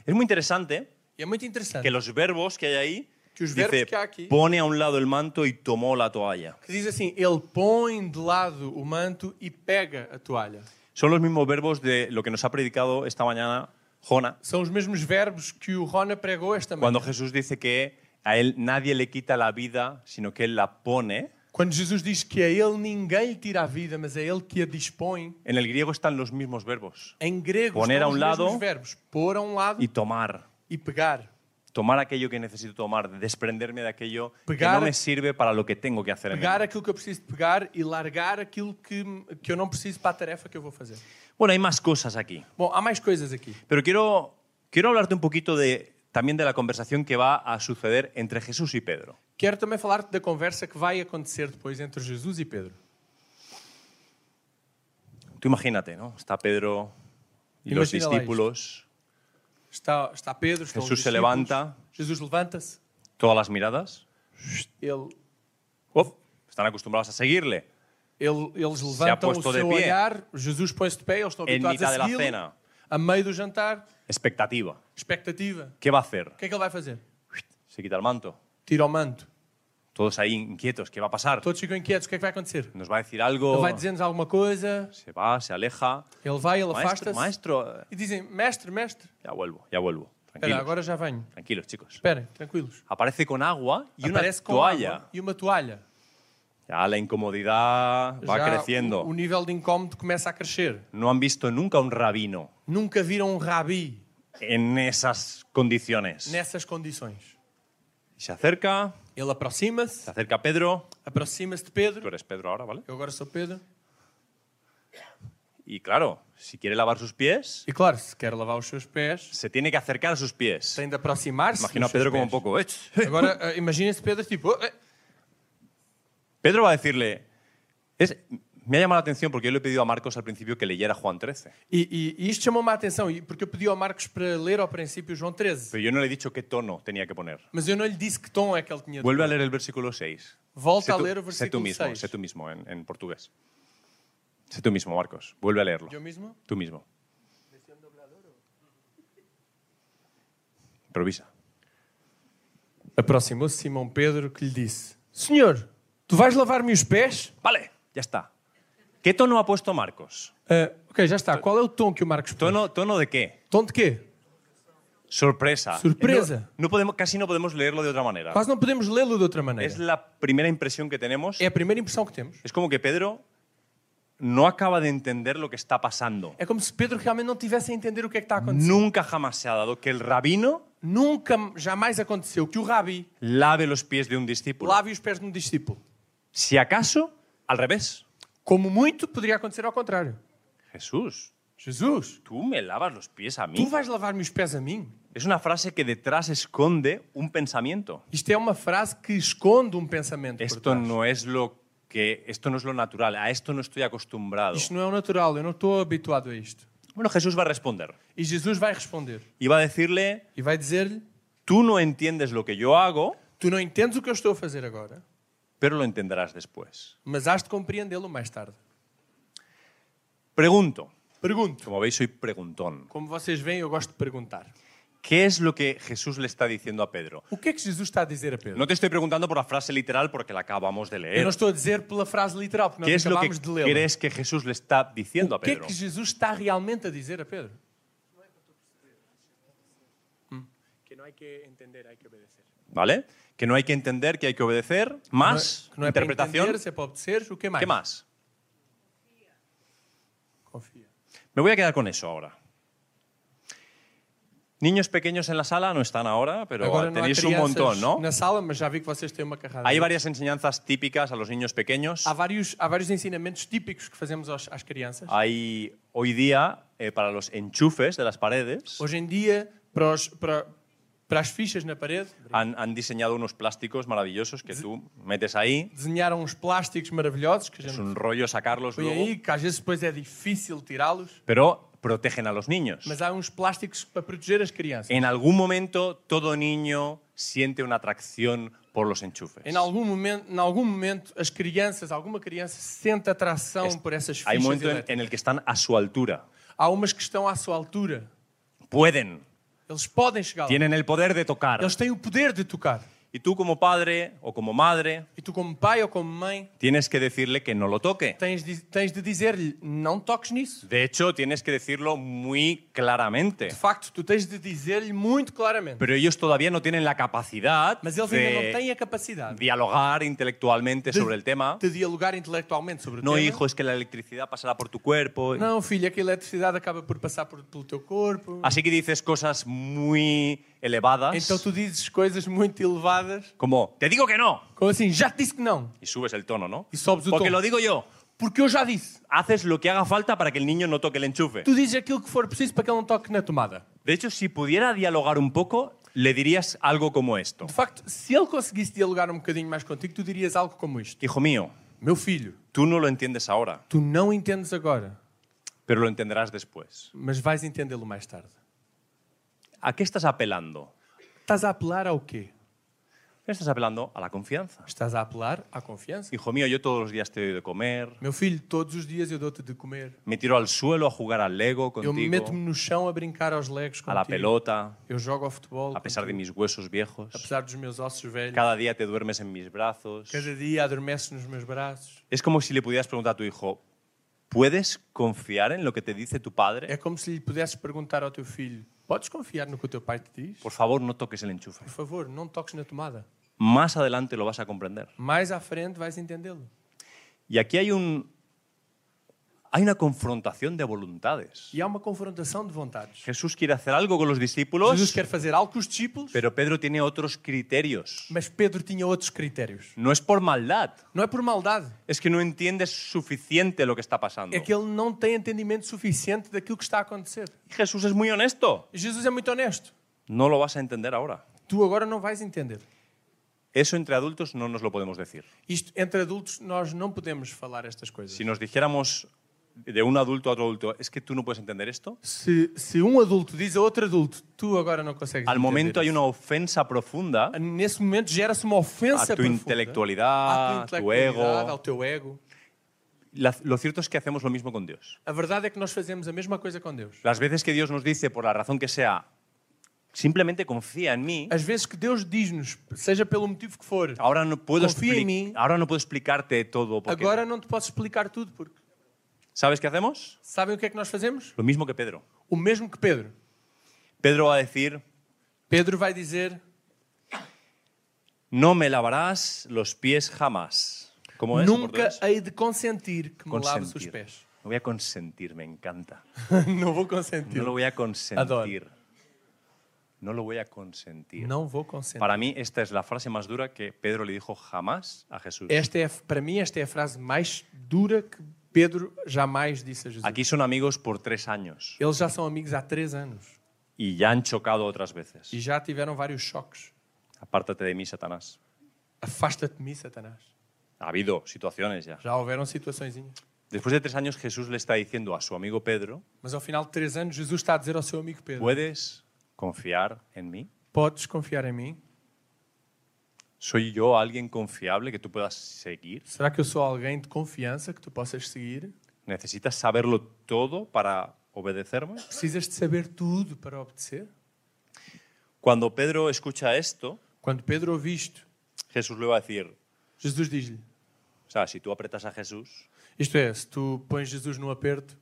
Es muy interesante E é muito interessante que que, los verbos que hay ahí Que los dice, verbos que hay aquí. pone a un lado el manto y tomó la toalla. diz assim, ele põe de lado o manto e pega a toalha. Son los mismos verbos de lo que nos ha predicado esta mañana Jona, São os mesmos verbos que o Rona pregou esta manhã. cuando Jesús dice que a él nadie le quita la vida, sino que él la pone. Quando Jesus diz que a ele ninguém lhe tira a vida, mas é ele que a dispõe, En el griego están los mismos verbos. em grego Poner estão a um os lado mesmos verbos. Pôr a um lado Y e, tomar. pegar. Tomar aquello que necesito tomar, desprenderme de aquello que Pegar- no me sirve para lo que tengo que hacer. en el Pegar mundo. aquilo que eu preciso de pegar e largar aquilo que, que eu não preciso para a tarefa que eu vou fazer. Bueno, hay más cosas aquí. Bom, há mais coisas aqui. Pero quiero, quiero hablarte un poquito de, también de la conversación que va a suceder entre Jesús y Pedro. Quero também falar-te da conversa que vai acontecer depois entre Jesus e Pedro. Tú imagínate, ¿no? Está Pedro y Imagínala los esto. discípulos, Está, está Pedro, estão os Jesús se discípulos. levanta. Jesus levanta-se. todas las miradas. Ele, Uf, están acostumbrados a seguirle. ele, eles Se ha levantam o puesto de seu pie. olhar. Jesus põe-se de pé. Eles estão En habituados mitad de a la segui-lo. cena. A meio do jantar, Expectativa. expectativa. ¿Qué va a hacer? O que é que ele vai fazer? Se quita el manto. Tira o manto. Todos ahí inquietos. ¿Qué va a pasar? Todos ficam inquietos. O que é que vai acontecer? Nos va a decir Ele algo. vai dizer-nos alguma coisa. Se va, se aleja. Ele vai, ele Maestro, afasta-se. maestro. eh, E dizem, mestre, mestre. Ya vuelvo, ya vuelvo. Espera, Tranquilos, agora já venho. tranquilos, chicos. Esperem, tranquilos. Aparece con agua y una Aparece com toalla. água e uma toalha. Ya la incomodidad va Já creciendo. O, o nível de incómodo começa a crescer. No han visto nunca un rabino Nunca viram um rabi en esas condiciones. nessas condições. Y se acerca, Ele se aproxima-se, acerca Pedro. aproxima-se de Tú Pedro. eres Pedro ahora, ¿vale? Eu agora sou Pedro. Y claro, si quiere lavar sus pies, E claro, se quer lavar os seus pés, se tiene que acercar a sus pies. tem de aproximar-se. Imagino a dos seus Pedro como un [laughs] pés. poco. "Eh, Agora, eh, imaginem-se Pedro tipo, "Oh, eh, Pedro va a decirle, es- me ha llamado la atención porque yo le he pedido a Marcos al principio que leyera Juan 13, E, e- e isto chamou-me a atenção, e- porque eu pedi ao Marcos para ler ao princípio João 13, pero yo no le he dicho qué tono tenía que poner. mas eu não lhe disse que tom é que ele tinha. de- Vuelve a leer el versículo 6. Volta Sé a tú- leer o Sé tú versículo mismo, 6. sé tú mismo en, en portugués. Sé tú mismo, Marcos. Vuelve a leerlo. Eu mesmo? Tú mismo. Improvisa. Aproximou-se Simão Pedro que lhe disse: Senhor, tu vais lavar-me os pés? Vale, ya está. ¿Qué tono ha puesto Marcos? Ah, ok, já está. Qual é o tom que o Marcos põe? ¿Tono, tono de qué? Tom de quê? Sorpresa. Sorpresa. No, no podemos, casi no podemos leerlo de otra manera. Quase não podemos lê-lo de outra Es maneira. la primera impresión que tenemos. É a primeira impressão que temos. Es como que Pedro no acaba de entender lo que está pasando. É como se Pedro realmente não tivesse a entender o que é que está a acontecer. Nunca jamás se ha dado que el rabino Nunca, jamais aconteceu que o rabi lave los pies de un discípulo. lave os pés de um discípulo. Si acaso, al revés. Como muito, poderia acontecer ao contrário. Jesús, Jesus, tú me lavas los pies a mí. tu vais lavar-me os pés a mim? Es una frase que detrás esconde un pensamiento. Isto é uma frase que esconde um pensamento. por Esto trás. no es lo que esto no es lo natural, a esto no estoy acostumbrado. Isto não é o natural, eu não estou habituado a isto. Bueno, Jesús va a responder E Jesus vai responder y va a decirle, e vai dizer-lhe: tú no entiendes lo que yo hago, Tu não entendes o que eu estou a fazer agora, pero lo entenderás después. mas has de compreendê-lo mais tarde. Pregunto, Pergunto. como veis soy preguntón, Como vocês veem, eu gosto de perguntar. ¿qué es lo que Jesús le está diciendo a Pedro? O que é que Jesus está a dizer a Pedro? No te estoy preguntando por la frase literal porque la acabamos de Eu não leer. estou a dizer pela frase literal, porque ¿Qué nós es lo que acabámos de lê-la. crees que Jesús le está diciendo O a que é Pedro? que Jesus está realmente a dizer a Pedro? Hum? Que não há que entender, há que obedecer. ¿Vale? Que no hay que entender, que hay que obedecer. Más, que não é para interpretación. entender, se é para obedecer, o que mais? ¿Qué más? Confia. Me voy a quedar con eso ahora. Niños pequeños en la sala no están ahora, pero Agora um não há tenéis un crianças montón, ¿no? na sala, mas já vi que vocês têm uma carrada. Hay varias enseñanzas típicas a los niños pequeños. Há vários, há vários ensinamentos típicos que fazemos aos, às crianças. Hay hoy día eh, para los enchufes de las paredes. Hoje em dia, para, os- para- para as fichas na parede, Han, han diseñado unos plásticos maravillosos que tú metes ahí. desenharam uns plásticos maravilhosos que a Es gente un rollo sacarlos põe luego. aí, que às vezes depois é difícil tirá-los, Pero protegen a los niños. mas há uns plásticos para proteger as crianças. En algún momento todo niño siente una atracción por los enchufes. Em algum momento, em algum momento, as crianças, alguma criança sente atração Es- por essas Hay fichas momentos en, elétricas. en el que están a su altura. Há umas que estão à sua altura. Pueden. Eles podem chegar lá. Tienen el poder de tocar. Eles têm o poder de tocar. Y tú como padre o como madre E tu, como pai ou como mãe, tienes que decirle que no lo toque. tens de, tens de dizer-lhe, não toques nisso. De hecho, tienes que decirlo muy De claramente. facto, tu tens de dizer-lhe muito claramente. Pero ellos todavía no tienen la capacidad Mas eles ainda não de têm a capacidade dialogar intelectualmente sobre el tema. de dialogar intelectualmente sobre o No, tema. hijo, es que la electricidad pasará por tu cuerpo. Não, filho, é que a eletricidade acaba por passar por- pelo teu corpo. Así que dices cosas muy elevadas. Então tu dizes coisas muito elevadas, Como, te digo que no. como assim, já te disse que não. Y subes el tono, ¿no? Y subes el Porque tono. lo digo yo. Porque eu já disse. Haces lo que haga falta para que el niño no toque el enchufe. Tu dizes aquilo que for preciso para que ele não toque na tomada. De hecho, si pudiera dialogar un poco, le dirías algo como esto. De facto, se ele conseguisse dialogar um bocadinho mais contigo, tu dirias algo como isto: Hijo mío, Meu filho, tú no lo entiendes ahora, tu não entendes agora, pero lo entenderás después. mas vais entendê-lo mais tarde. ¿A qué estás apelando? Estás a apelar ao quê? Estás apelando a la confianza. Estás a apelar à confiança. Hijo mío, yo todos los días te doy de comer, Meu filho, todos os dias eu dou-te de comer. me tiro al suelo a jugar al Lego Eu meto-me contigo, no chão a brincar aos legos a la contigo. pelota, Eu jogo ao futebol. a pesar de contigo. mis huesos viejos. Apesar dos meus ossos velhos. Cada día te duermes en mis brazos. Cada dia adormece nos meus braços. Es como si le pudieras preguntar a tu hijo, ¿puedes confiar en lo que te dice tu É padre? como se lhe pudesses perguntar ao teu filho: Podes confiar no que o teu pai te diz? Por favor, no toques el enchufe. Por favor, não toques na tomada. Más adelante lo vas a comprender. Mais à frente vais entendê-lo. Y aquí hay un hay una confrontación de voluntades. E há uma confrontação de vontades. Jesús quiere hacer algo con los discípulos, Jesus quer fazer algo com os discípulos, pero Pedro tiene otros criterios. mas Pedro tinha outros critérios. No es por maldad, Não é por maldade, es que no entiendes suficiente lo que está pasando. é que ele não tem entendimento suficiente daquilo que está a acontecer. Jesús es muy honesto. E Jesus é muito honesto. No lo vas a entender ahora. Tu agora não vais entender. Eso entre adultos no nos lo podemos decir. Isto, entre adultos, nós não podemos falar estas coisas. Si nos dijéramos de un adulto a otro adulto, es que tú no puedes entender esto, Se, se um adulto diz a outro adulto, tu agora não consegues al entender momento hay isso." una ofensa profunda Nesse momento gera-se uma a ofensa tu profunda intelectualidad, à a tua tu intelectualidade, ao ego. teu ego. La- lo cierto es que hacemos lo mismo con Dios. A verdade é que nós fazemos a mesma coisa com Deus. Las veces que Dios nos dice, por la razón que sea, simplemente confía en mí, Às vezes que Deus diz-nos, seja pelo motivo que for, ahora no puedo, Confía en mí. expli- ahora no puedo explicarte todo. Ah, Porque agora não te posso explicar tudo, porque ¿Sabes qué hacemos? sabem o que é que nós fazemos? Lo mismo que Pedro. O mesmo que Pedro. Pedro va a decir, Pedro vai dizer, no me lavarás los pies jamás. ¿Cómo es? en nunca portugués? hei de consentir que me laves os é, Consentir. pés. [laughs] No voy a consentir, me encanta. não vou No consentir. lo voy a consentir. No lo voy a consentir. Não vou consentir. Para mí esta es la frase más dura que Pedro le dijo jamás a Jesús. Esta é, para mim, esta é a frase mais dura que Pedro jamais disse a Jesus. Aquí son amigos por tres años Eles já são amigos há três anos y ya han chocado otras veces. e já tiveram vários choques. Apártate de mí, Satanás. Afasta-te de mim, Satanás. Ha habido situaciones ya. Já houveram situações. Después de tres años Jesús le está diciendo a su amigo Pedro, Mas ao final de três anos, Jesus está a dizer ao seu amigo Pedro: ¿puedes confiar en mí? Podes confiar em mim? ¿Soy yo alguien confiable que tú puedas seguir? Será que eu sou alguém de confiança que tu possas seguir? ¿Necesitas saberlo todo para obedecerme? Precisas de saber tudo para obedecer? Cuando Pedro escucha esto, Quando Pedro ouve isto, Jesús le va a decir, Jesus diz-lhe: o sea, si tú apretas a Jesús, Isto é, se tu pões Jesus no aperto,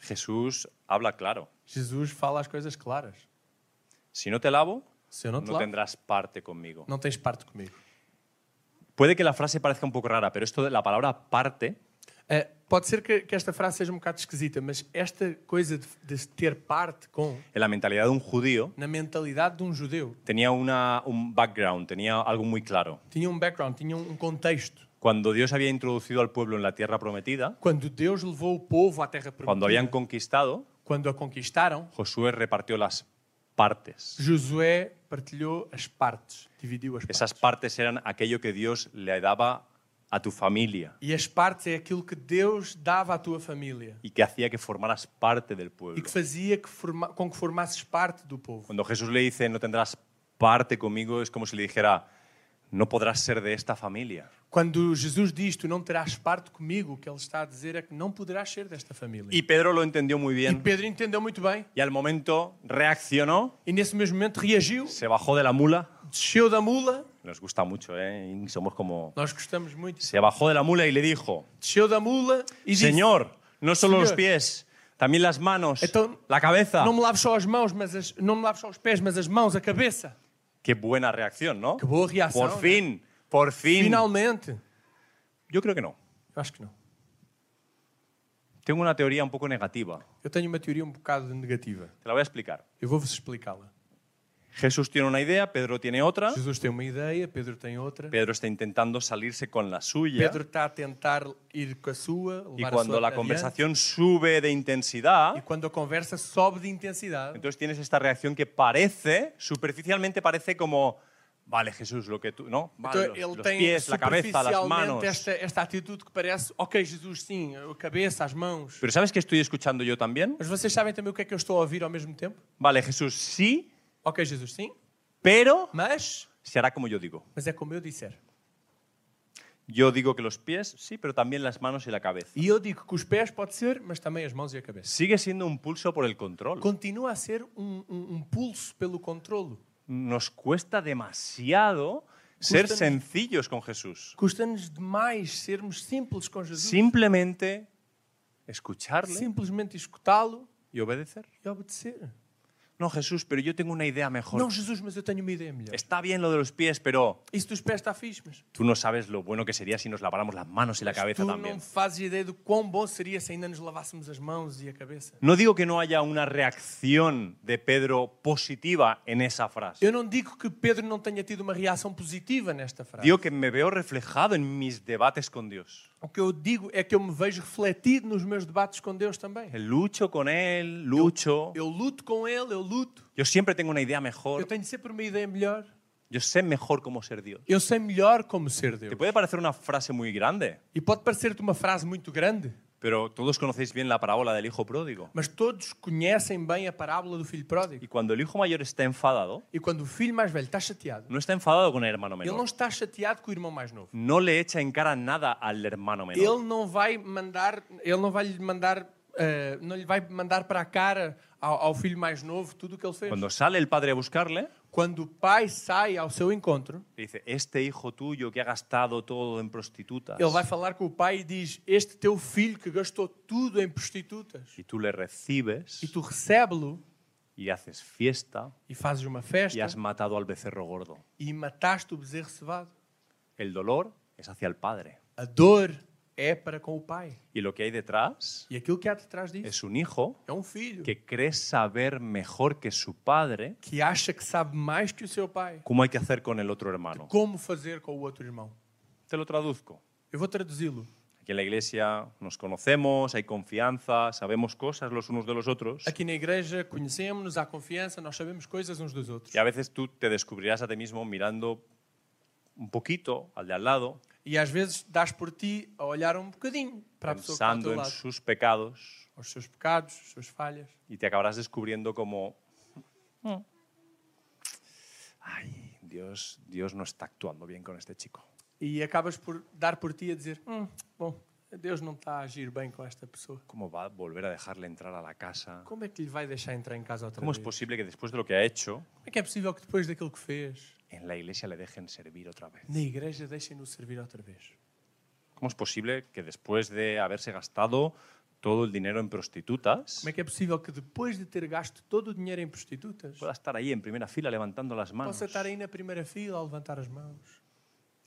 Jesús habla claro. Jesus fala as coisas claras. Si no te lavo, Se eu não te no lavo, tendrás parte conmigo. não tens parte comigo. Puede que la frase parezca un poco rara, pero esto de la palabra parte Eh, pode ser que, que esta frase seja um bocado esquisita, mas esta coisa de, de ter parte com, en la mentalidad de un judío na mentalidade de um judeu, tenía una- un background, tenía algo muy claro. tinha um background, tinha um um contexto. Cuando Dios había introducido al pueblo en la tierra prometida, Quando Deus levou o povo à terra cuando prometida, habían conquistado, quando a conquistaram, Josué repartió las partes. Josué partilhou as partes, dividiu as Esas partes. partes eran aquello que Dios le daba a tu familia E as partes é aquilo que Deus dava à tua família y que hacía que formaras parte del e pueblo. que fazia que forma, com que formasses parte do povo. Cuando Jesús le dice, no tendrás parte conmigo, es como si le dijera, no podrás ser de esta familia. Quando Jesus diz, tu não terás parte comigo, o que ele está a dizer é que não poderás ser desta família. Y Pedro lo entendió muy E bien Pedro entendeu muito bem. y al momento reaccionó, E nesse mesmo momento reagiu, se bajó de la mula. desceu da mula. Nos gusta mucho, ¿eh? Y Somos como... Nós gostamos muito. Se bajó de la mula y le dijo, Desceu da mula e disse: Señor, no solo los Señor. pies, también las manos, Esto- la cabeza. Não me lave só as mãos, mas as, não me lave só os pés, mas as mãos, a cabeça. Qué buena reacción, ¿no? Que boa reação. Por né? fin, por fin. Finalmente. Yo creo que no. Eu acho que não. Tengo una teoría un poco negativa. Eu tenho uma teoria um bocado negativa. Te la voy a explicar. Eu vou-vos explicá-la. Jesús tiene una idea, Pedro tiene otra. Jesus tem uma ideia, Pedro tem outra. Pedro está intentando salirse con la suya. Pedro está a tentar ir com a sua, levar y a cuando sua la adiante. conversación sube de E intensidad, quando a conversa sobe de intensidade, entonces tienes esta reacción que parece, superficialmente parece como, vale Jesús, lo que tú, ¿no? Vale, então, los, ele los tem pies, la cabeza, las superficialmente manos. Esta, esta atitude que parece, ok, Jesus, sim, a cabeça, as mãos. Pero ¿sabes qué estoy escuchando yo también? Mas vocês sabem também o que é que eu estou a ouvir ao mesmo tempo? Vale, Jesús sí, Ok, Jesus, sim, pero mas, se hará como yo digo. mas é como eu disser. Yo digo que los pies, sí, pero también las manos y la cabeza. E eu digo que os pés pode ser, mas também as mãos e a cabeça. Sigue siendo un pulso por el control. Continua a ser um, um- um pulso pelo controlo. Nos cuesta demasiado ser Justamente. sencillos con Jesús. Custa-nos demais sermos simples com Jesus. Simplemente escucharle Simplesmente escutá-lo y obedecer. e obedecer. No, Jesús, pero yo tengo una idea mejor. Não, Jesus, mas eu tenho uma ideia melhor. Está bien lo de los pies, pero Isso dos pés está fixe, mas tú no sabes lo bueno que sería si nos laváramos las manos y la cabeza tu también. não fazes ideia do quão bom seria se ainda nos lavássemos as mãos e a cabeça. No digo que no haya una reacción de Pedro positiva en esa frase. Eu não digo que Pedro não tenha tido uma reação positiva nesta frase. Digo que me veo reflejado en mis debates con Dios. O que eu digo é que eu me vejo refletido nos meus debates com Deus também. Lucho con Él, lucho. Eu luto com Ele, eu luto. Yo siempre tengo una idea Eu mejor. tenho sempre uma ideia melhor. Yo sé mejor cómo ser Dios. Eu sei melhor como ser Te Deus. puede parecer una frase muy grande, E pode parecer-te uma frase muito grande, pero todos conocéis bien la parábola del hijo pródigo. mas todos conhecem bem a parábola do filho pródigo. Y cuando el hijo mayor está enfadado, E quando o filho mais velho está chateado, no está enfadado con el hermano ele não menor. está chateado com o irmão mais novo. No le echa en cara nada al hermano menor. Ele não vai mandar, ele não vai lhe mandar, eh, não lhe vai mandar para a cara ao, ao filho mais novo tudo o que ele fez. Cuando sale el padre a buscarle, Quando o pai sai ao seu encontro, le dice, este hijo tuyo que ha gastado todo en prostitutas. ele vai falar com o pai e diz: "Este teu filho que gastou tudo em prostitutas Y tú le recibes e tu recebe-lo y haces fiesta e fazes uma y festa has matado al becerro gordo. e mataste o bezerro cevado." El dolor es hacia el padre. A dor é para com o Pai. Y lo que hay detrás E aquilo que há detrás disso es un hijo é um filho que cree saber mejor que su padre que acha que sabe mais que o seu pai cómo hay que hacer con el otro hermano. como fazer com o outro irmão. Te lo traduzco. Eu vou traduzi-lo. Aquí en la iglesia nos conocemos, hay confianza, sabemos cosas los unos de los otros. Aqui na igreja conhecemos-nos, há confiança, nós sabemos coisas uns dos outros. Y a veces tú te descubrirás a ti mismo mirando un poquito al de al lado, E às vezes dás por ti a olhar um bocadinho para a pessoa que está ao pensando teu en lado. sus pecados Os seus pecados, as suas falhas. y te acabarás descubriendo como... "Mm, Ay, Dios, Dios no está actuando bien con este chico. E acabas por dar por ti a dizer, hum, bom, Deus não está a agir bem com esta pessoa. ¿Cómo va a volver a dejarle entrar a la casa? Como é que lhe vai deixar entrar em casa outra ¿Cómo es vez? posible que después de lo que ha hecho, Como é que é possível que depois daquilo que fez, en la iglesia le dejen servir otra vez? na igreja deixem-no servir outra vez? ¿Cómo es posible que después de haberse gastado todo el dinero en prostitutas, Como é que é possível que depois de ter gasto todo o dinheiro em prostitutas, pueda estar ahí en primera fila levantando las manos? possa estar ahí na primeira fila a levantar as mãos?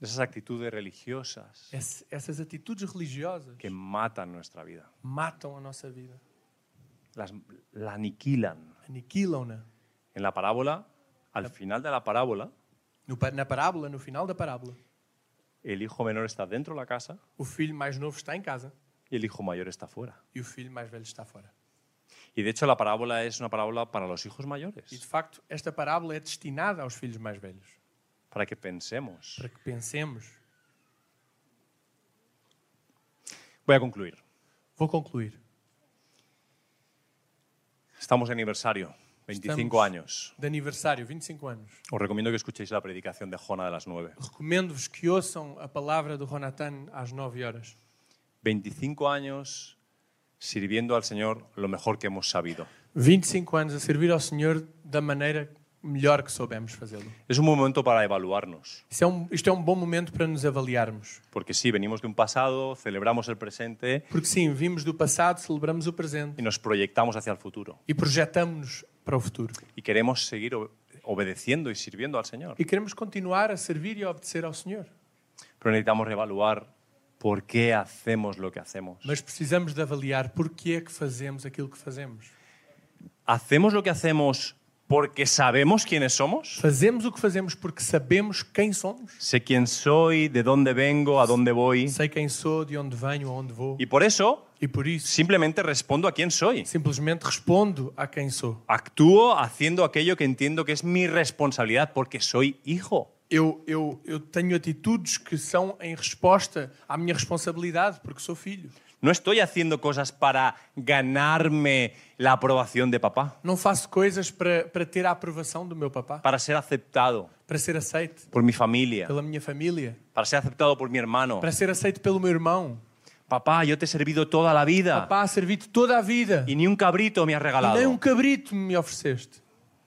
Esas actitudes religiosas Esse- essas atitudes religiosas que é matan nuestra vida, matam a nossa vida, las, la aniquilan. aniquilam-na. En la parábola, al final de la parábola, No pa- Na parábola, no final da parábola, el hijo menor está dentro de la casa o filho mais novo está em casa y el hijo mayor está fuera. e o filho mais velho está fora. Y de hecho la parábola es una parábola para los hijos E de mayores, facto, esta parábola é destinada aos filhos mais velhos, para que pensemos. para que pensemos. Voy a concluir. Vou concluir. Estamos de aniversario, 25 Estamos. años. De aniversário, 25 anos. Os recomiendo que escuchéis la predicación de Jona de las 9. Recomendo-vos que ouçam a palavra do Ronatan às 9 horas. 25 años sirviendo al Señor lo mejor que hemos sabido. 25 anos a servir ao Senhor da maneira melhor que soubemos fazê-lo. Es un buen momento para evaluarnos, Isto é, um, isto é um bom momento para nos avaliarmos. porque sí, venimos de un pasado, celebramos el presente Porque sim, vimos do passado, celebramos o presente y nos proyectamos hacia el futuro. e projetamos-nos para o futuro. Y queremos seguir ob- obedeciendo y sirviendo al Señor. E queremos continuar a servir e a obedecer ao Senhor. Pero necesitamos reevaluar por qué hacemos lo que hacemos. Mas precisamos de avaliar porque é que fazemos aquilo que fazemos. ¿Hacemos lo que hacemos porque sabemos quiénes somos? Fazemos o que fazemos porque sabemos quem somos. Sé quién soy, de dónde vengo, a dónde voy. Sei quem sou, de onde venho, aonde vou. Y por eso E por isso, simplemente respondo a quién soy. simplesmente respondo a quem sou. Actúo haciendo aquello que entiendo que es mi responsabilidad porque soy hijo. Eu, eu, eu tenho atitudes que são em resposta à minha responsabilidade, porque sou filho. No estoy haciendo cosas para ganarme la aprobación de papá, Não faço coisas para, para ter a aprovação do meu papá, para ser aceptado para ser aceito por mi familia, pela minha família, para ser aceptado por mi hermano. para ser aceito pelo meu irmão. Papá, yo te he servido toda la vida Papá, servi-te toda a vida y ni un cabrito me has e regalado. nem um cabrito me ofereceste.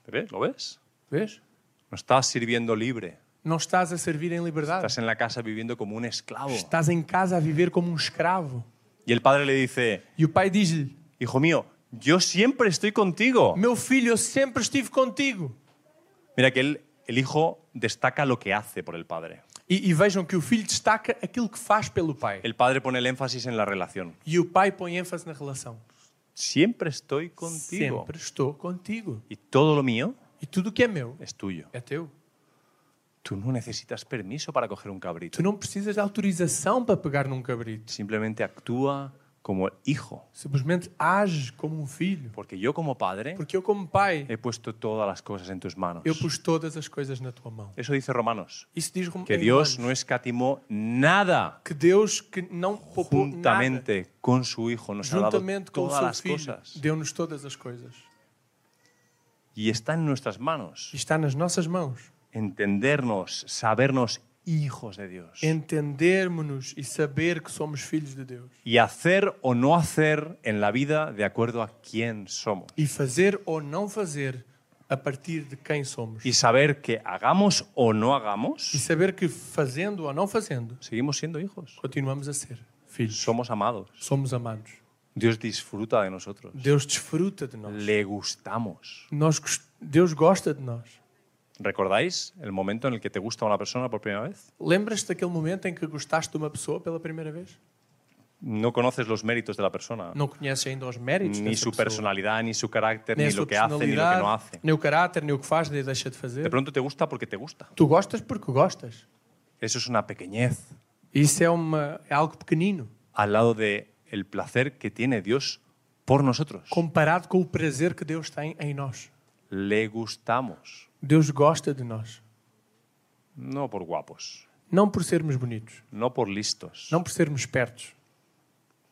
¿Te ves? ¿Lo ves? Vês? No estás sirviendo libre. Não estás a servir em liberdade. Estás en la casa viviendo como un esclavo. Estás em casa a viver como um escravo. Y el padre le dice, E o pai diz-lhe: hijo mío, yo siempre estoy contigo. Meu filho, eu sempre estive contigo. Mira que él- el hijo destaca lo que hace por el padre. E, e vejam que o filho destaca aquilo que faz pelo pai. El padre pone el énfasis en la relación. E o pai põe ênfase na relação. Siempre estoy contigo. Sempre estou contigo. Y todo lo mío E tudo o que é meu es tuyo. é teu. Tú no necesitas permiso para coger un cabrito. Tu não precisas de autorização para pegar num cabrito. Simplemente actúa como hijo. Simplesmente age como um filho. Porque yo como padre Porque eu, como pai, he puesto todas las cosas en tus manos. eu pus todas as coisas na tua mão. Eso dice Romanos. Isso diz Rom- Que é em Dios Romanos. no escatimó nada que Deus que não poupou nada, juntamente con su hijo. Nos ha dado juntamente com o todas seu las filho, cosas. deu-nos todas as coisas. Y está en nuestras manos E está nas nossas mãos. entendernos, sabernos hijos de Dios. Entendermos-nos e saber que somos filhos de Deus. y hacer o no hacer en la vida de acuerdo a quién somos. E fazer ou não fazer a partir de quem somos. Y saber que hagamos o no E hagamos, saber que fazendo ou não fazendo, seguimos siendo hijos. continuamos a ser filhos. Somos amados. Somos amados. Dios disfruta de nosotros. Deus desfruta de nós. Le gustamos. nós gos- Deus gosta de nós. ¿Recordáis el momento en el que te gusta una persona por primera vez? Lembras-te daquele momento em que gostaste de uma pessoa pela primeira vez? No conoces los méritos de la persona. Não conhece ainda os méritos ni dessa su pessoa. personalidad, ni su carácter, nem a ni sua lo que hace, ni lo que no personalidade, hace. nem o caráter, nem o que faz, nem deixa de De fazer. pronto te gusta porque te gusta. Tu gostas porque gostas. Eso es una pequeñez Isso é, uma, é algo pequenino, al lado de el placer que tiene Dios por nosotros. comparado com o prazer que Deus tem em nós. Le gustamos, Deus gosta de nós. no por guapos, Não por sermos bonitos, no por listos. não por sermos espertos,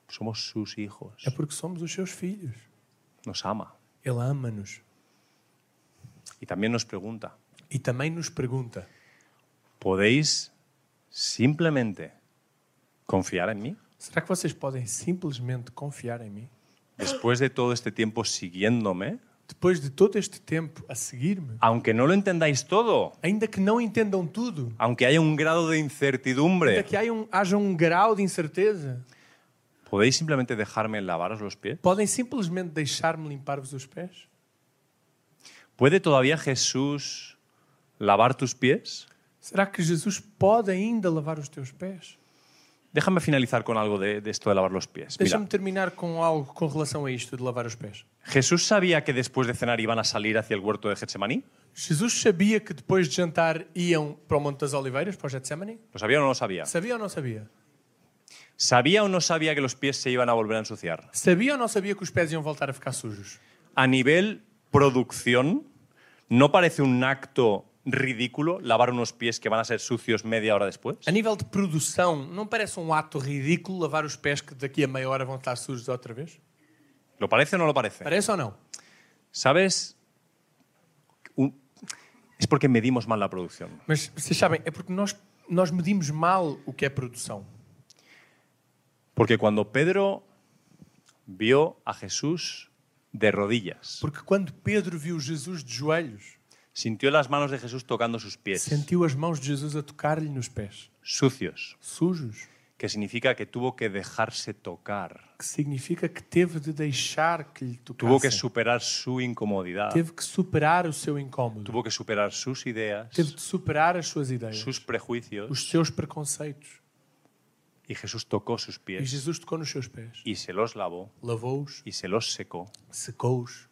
Somos sus hijos. é porque somos os seus filhos. Nos ama Ele ama-nos y también nos pregunta, e também nos pergunta: ¿podéis simplemente confiar en mí? será que vocês podem simplesmente confiar em mim? Después de todo este tiempo siguiéndome, Depois de todo este tempo a seguir-me, aunque no lo entendáis todo, ainda que não entendam tudo, aunque haya un grado de ainda incertidumbre, que haja um, haja um grau de incerteza, ¿podéis simplemente dejarme lavaros los pies? podem simplesmente deixar-me limpar-vos os pés? ¿Puede todavía Jesús lavar tus pies? Será que Jesus pode ainda lavar os teus pés? Déjame finalizar con algo de, de esto de lavar los pies. Mira, Deixa-me terminar com algo com relação a isto de lavar os pés. ¿Jesús sabía que después de cenar iban a salir hacia el huerto de Getsemaní? Jesus sabia que depois de jantar iam para o Monte das Oliveiras, para o Getsemane? ¿Lo sabía o no lo sabía? Sabia ou não sabia? ¿Sabía o no sabía que los pies se iban a volver a ensuciar? Sabia ou não sabia que os pés iam voltar a ficar sujos? A nivel producción, ¿no parece un acto ridículo lavar unos pies que van a ser sucios media hora después? A nível de produção, não parece um ato ridículo lavar os pés que daqui a meia hora vão estar sujos outra vez? ¿Lo parece o no lo parece? Parece ou não? ¿Sabes? Un- Es porque medimos mal la producción. Mas vocês sabem, é porque nós, nós medimos mal o que é produção. Porque cuando Pedro vio a Jesús de rodillas, Porque quando Pedro viu Jesus de joelhos, sintió las manos de Jesús tocando sus pies, sentiu as mãos de Jesus a tocar-lhe nos pés, sucios, sujos, que significa que tuvo que dejarse tocar, que significa que teve de deixar que lhe tuvo que tocassem. superar su incomodidad, Teve que superar o seu incómodo. tuvo que superar sus ideas, Teve de superar as suas ideias, sus prejuicios, os seus preconceitos. y Jesús tocó sus E pies Jesus tocou nos seus pés. y se los lavó Lavou-os, y se los secó. secou-os.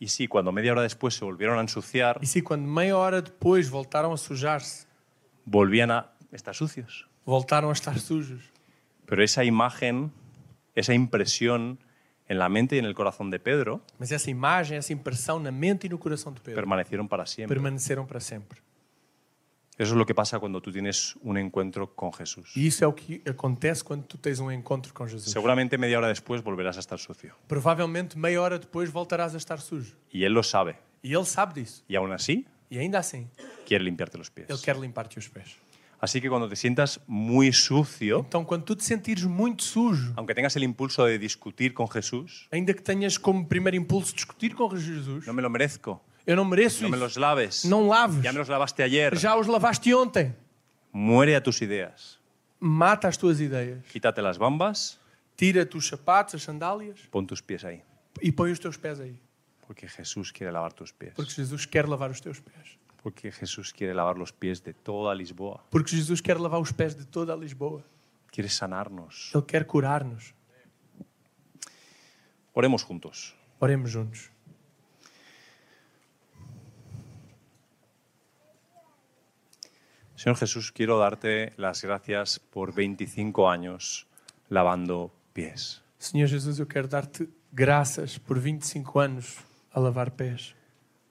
Y sí, cuando media hora después se volvieron a ensuciar, E se quando meia hora depois voltaram a sujar-se, volvían a estar sucios. voltaram a estar sujos. Pero esa imagen, esa impresión en la mente y en el corazón de Pedro Mas essa imagem, essa impressão na mente e no coração de Pedro permanecieron para siempre. permaneceram para sempre. Eso es lo que pasa cuando tú tienes un encuentro con Jesús. E isso é o que acontece quando tu tens um encontro com Jesus. Seguramente media hora después volverás a estar sucio. Provavelmente meia hora depois voltarás a estar sujo. Y Él lo sabe. E ele sabe disso. Y aún así, E ainda assim, quiere limpiarte los ele pies. quer limpar-te os pés. Así que cuando te sientas muy sucio, Então, quando tu te sentires muito sujo, aunque tengas el impulso de discutir con Jesús, ainda que tenhas como primeiro impulso discutir com Jesus, no me lo merezco, eu não mereço no me isso. los laves, Não laves. ya me los lavaste ayer, Já os lavaste ontem. muere a tus ideas, Mata as tuas ideias. quítate las bambas, Tira-te os sapatos, as sandálias pon tus pies ahí, e põe os teus pés aí. porque Jesús quiere lavar tus pies. Porque Jesus quer lavar os teus pés. Porque Jesús quiere lavar los pies de toda Lisboa. Porque Jesus quer lavar os pés de toda a Lisboa. Quiere sanarnos. Ele quer curar-nos. Oremos juntos. Oremos juntos. Señor Jesús, quiero darte las gracias por 25 años lavando pies. Senhor Jesus, eu quero dar-te graças por 25 anos a lavar pés.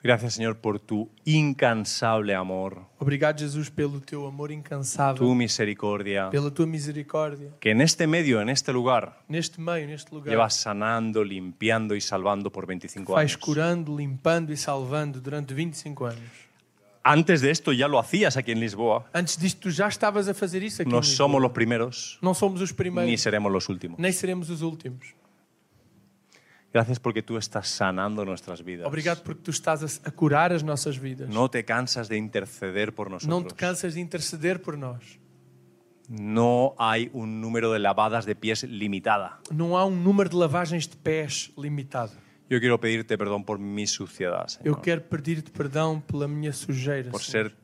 Gracias, Señor, por tu incansable amor, Obrigado, Jesus, pelo teu amor incansável, tu misericordia, pela tua misericórdia. que en este medio, en este lugar, Neste meio, neste lugar, llevas sanando, limpiando y salvando por 25 vais años. curando, limpando e salvando durante 25 anos. Antes de esto ya lo hacías aquí en Lisboa. Antes disto, tu já estavas a fazer isso aqui. No em Lisboa. somos los primeros Não somos os ni primeiros, seremos los últimos. nem seremos os últimos. Gracias porque tú estás sanando nuestras vidas. Obrigado porque tu estás a, a curar as nossas vidas. No te cansas de interceder por Não te nosotros. cansas de interceder por nós. No hay un número de lavadas de pies limitada. Não há um número de lavagens de pés limitado. Yo quiero pedirte perdón por mi suciedad, Eu Señor, quero pedir-te perdão pela minha sujeira, por Senhor, ser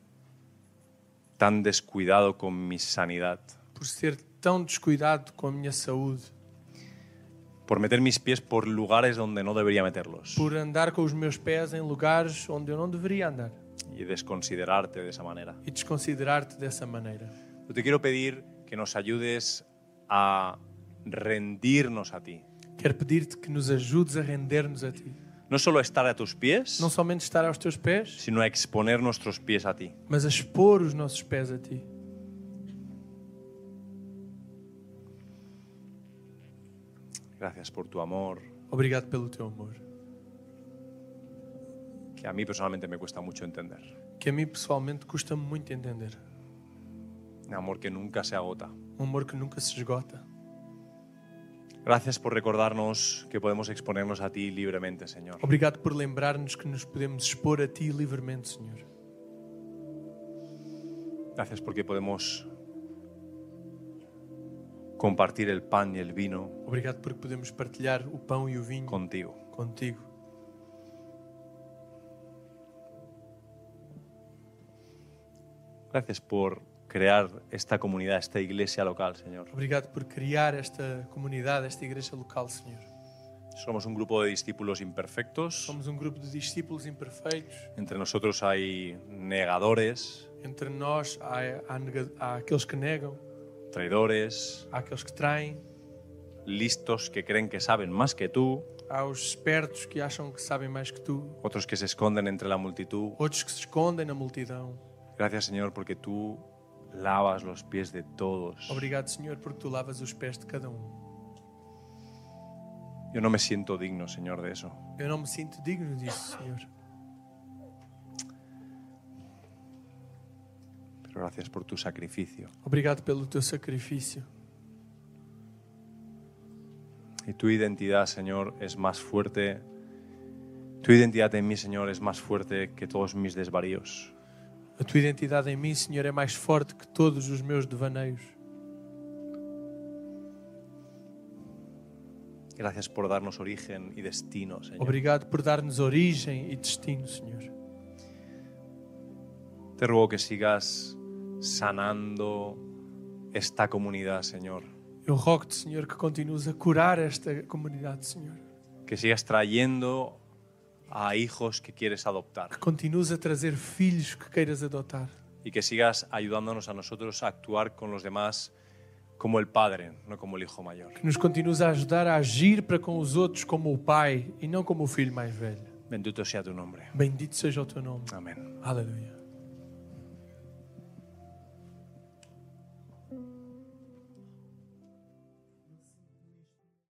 tan descuidado con mi sanidad, por ser tão descuidado com a minha saúde, por meter mis pies por lugares donde no debería meterlos por andar com os meus pés em lugares onde eu não deveria andar y desconsiderarte de esa manera. e desconsiderar-te dessa maneira. Yo te quiero pedir que nos ayudes a rendirnos a ti. Quero pedir-te que nos ajudes a render-nos a ti. No solo a estar a tus pies, Não somente estar aos teus pés, sino a exponer nuestros pies a ti. mas a expor os nossos pés a ti. Gracias por tu amor, Obrigado pelo teu amor, que a mí personalmente me cuesta mucho entender. que a mim pessoalmente custa-me muito entender. Un amor que nunca se agota. Um amor que nunca se esgota. Gracias por recordarnos que podemos exponernos a ti libremente, Señor. Obrigado por lembrar-nos que nos podemos expor a ti livremente, Senhor. Gracias porque podemos compartir el pan y el vino Obrigado porque podemos partilhar o pão e o vinho contigo. contigo. Gracias por crear esta comunidad, esta iglesia local, Señor. Obrigado por criar esta comunidade, esta igreja local, Senhor. Somos un grupo de discípulos imperfectos. Somos um grupo de discípulos imperfeitos. Entre nosotros hay negadores, Entre nós há, há nega- há aqueles que negam, traidores, há aqueles que traem, listos que creen que saben más que tú, há os espertos que acham que sabem mais que tu, otros que se esconden entre la multitud. outros que se escondem na multidão. Gracias, Señor, porque tú lavas los pies de todos. Obrigado, Senhor, porque tu lavas os pés de cada um. Yo no me siento digno, Señor, de eso. Eu não me sinto digno disso, Senhor. Pero gracias por tu sacrificio. Obrigado pelo teu sacrifício. Y tu identidad, Señor, es más fuerte. Tu identidad en mí, Señor, es más fuerte que todos mis desvaríos. A tua identidade em mim, Senhor, é mais forte que todos os meus devaneios. Gracias por darnos origen y destino, Señor. Obrigado por dar-nos origem e destino, Senhor. Te ruego que sigas sanando esta comunidad, Señor. Eu rogo-te, Senhor, que continues a curar esta comunidade, Senhor. Que sigas trayendo a hijos que quieres adoptar. Que continues a trazer filhos que queiras adotar. Y que sigas ayudándonos a nosotros a actuar con los demás como el Padre, no como el Hijo Mayor. Que nos continues a ajudar a agir para com os outros como o Pai e não como o filho mais velho. Bendito sea tu nombre. Bendito seja o teu nome. Amén. Aleluia.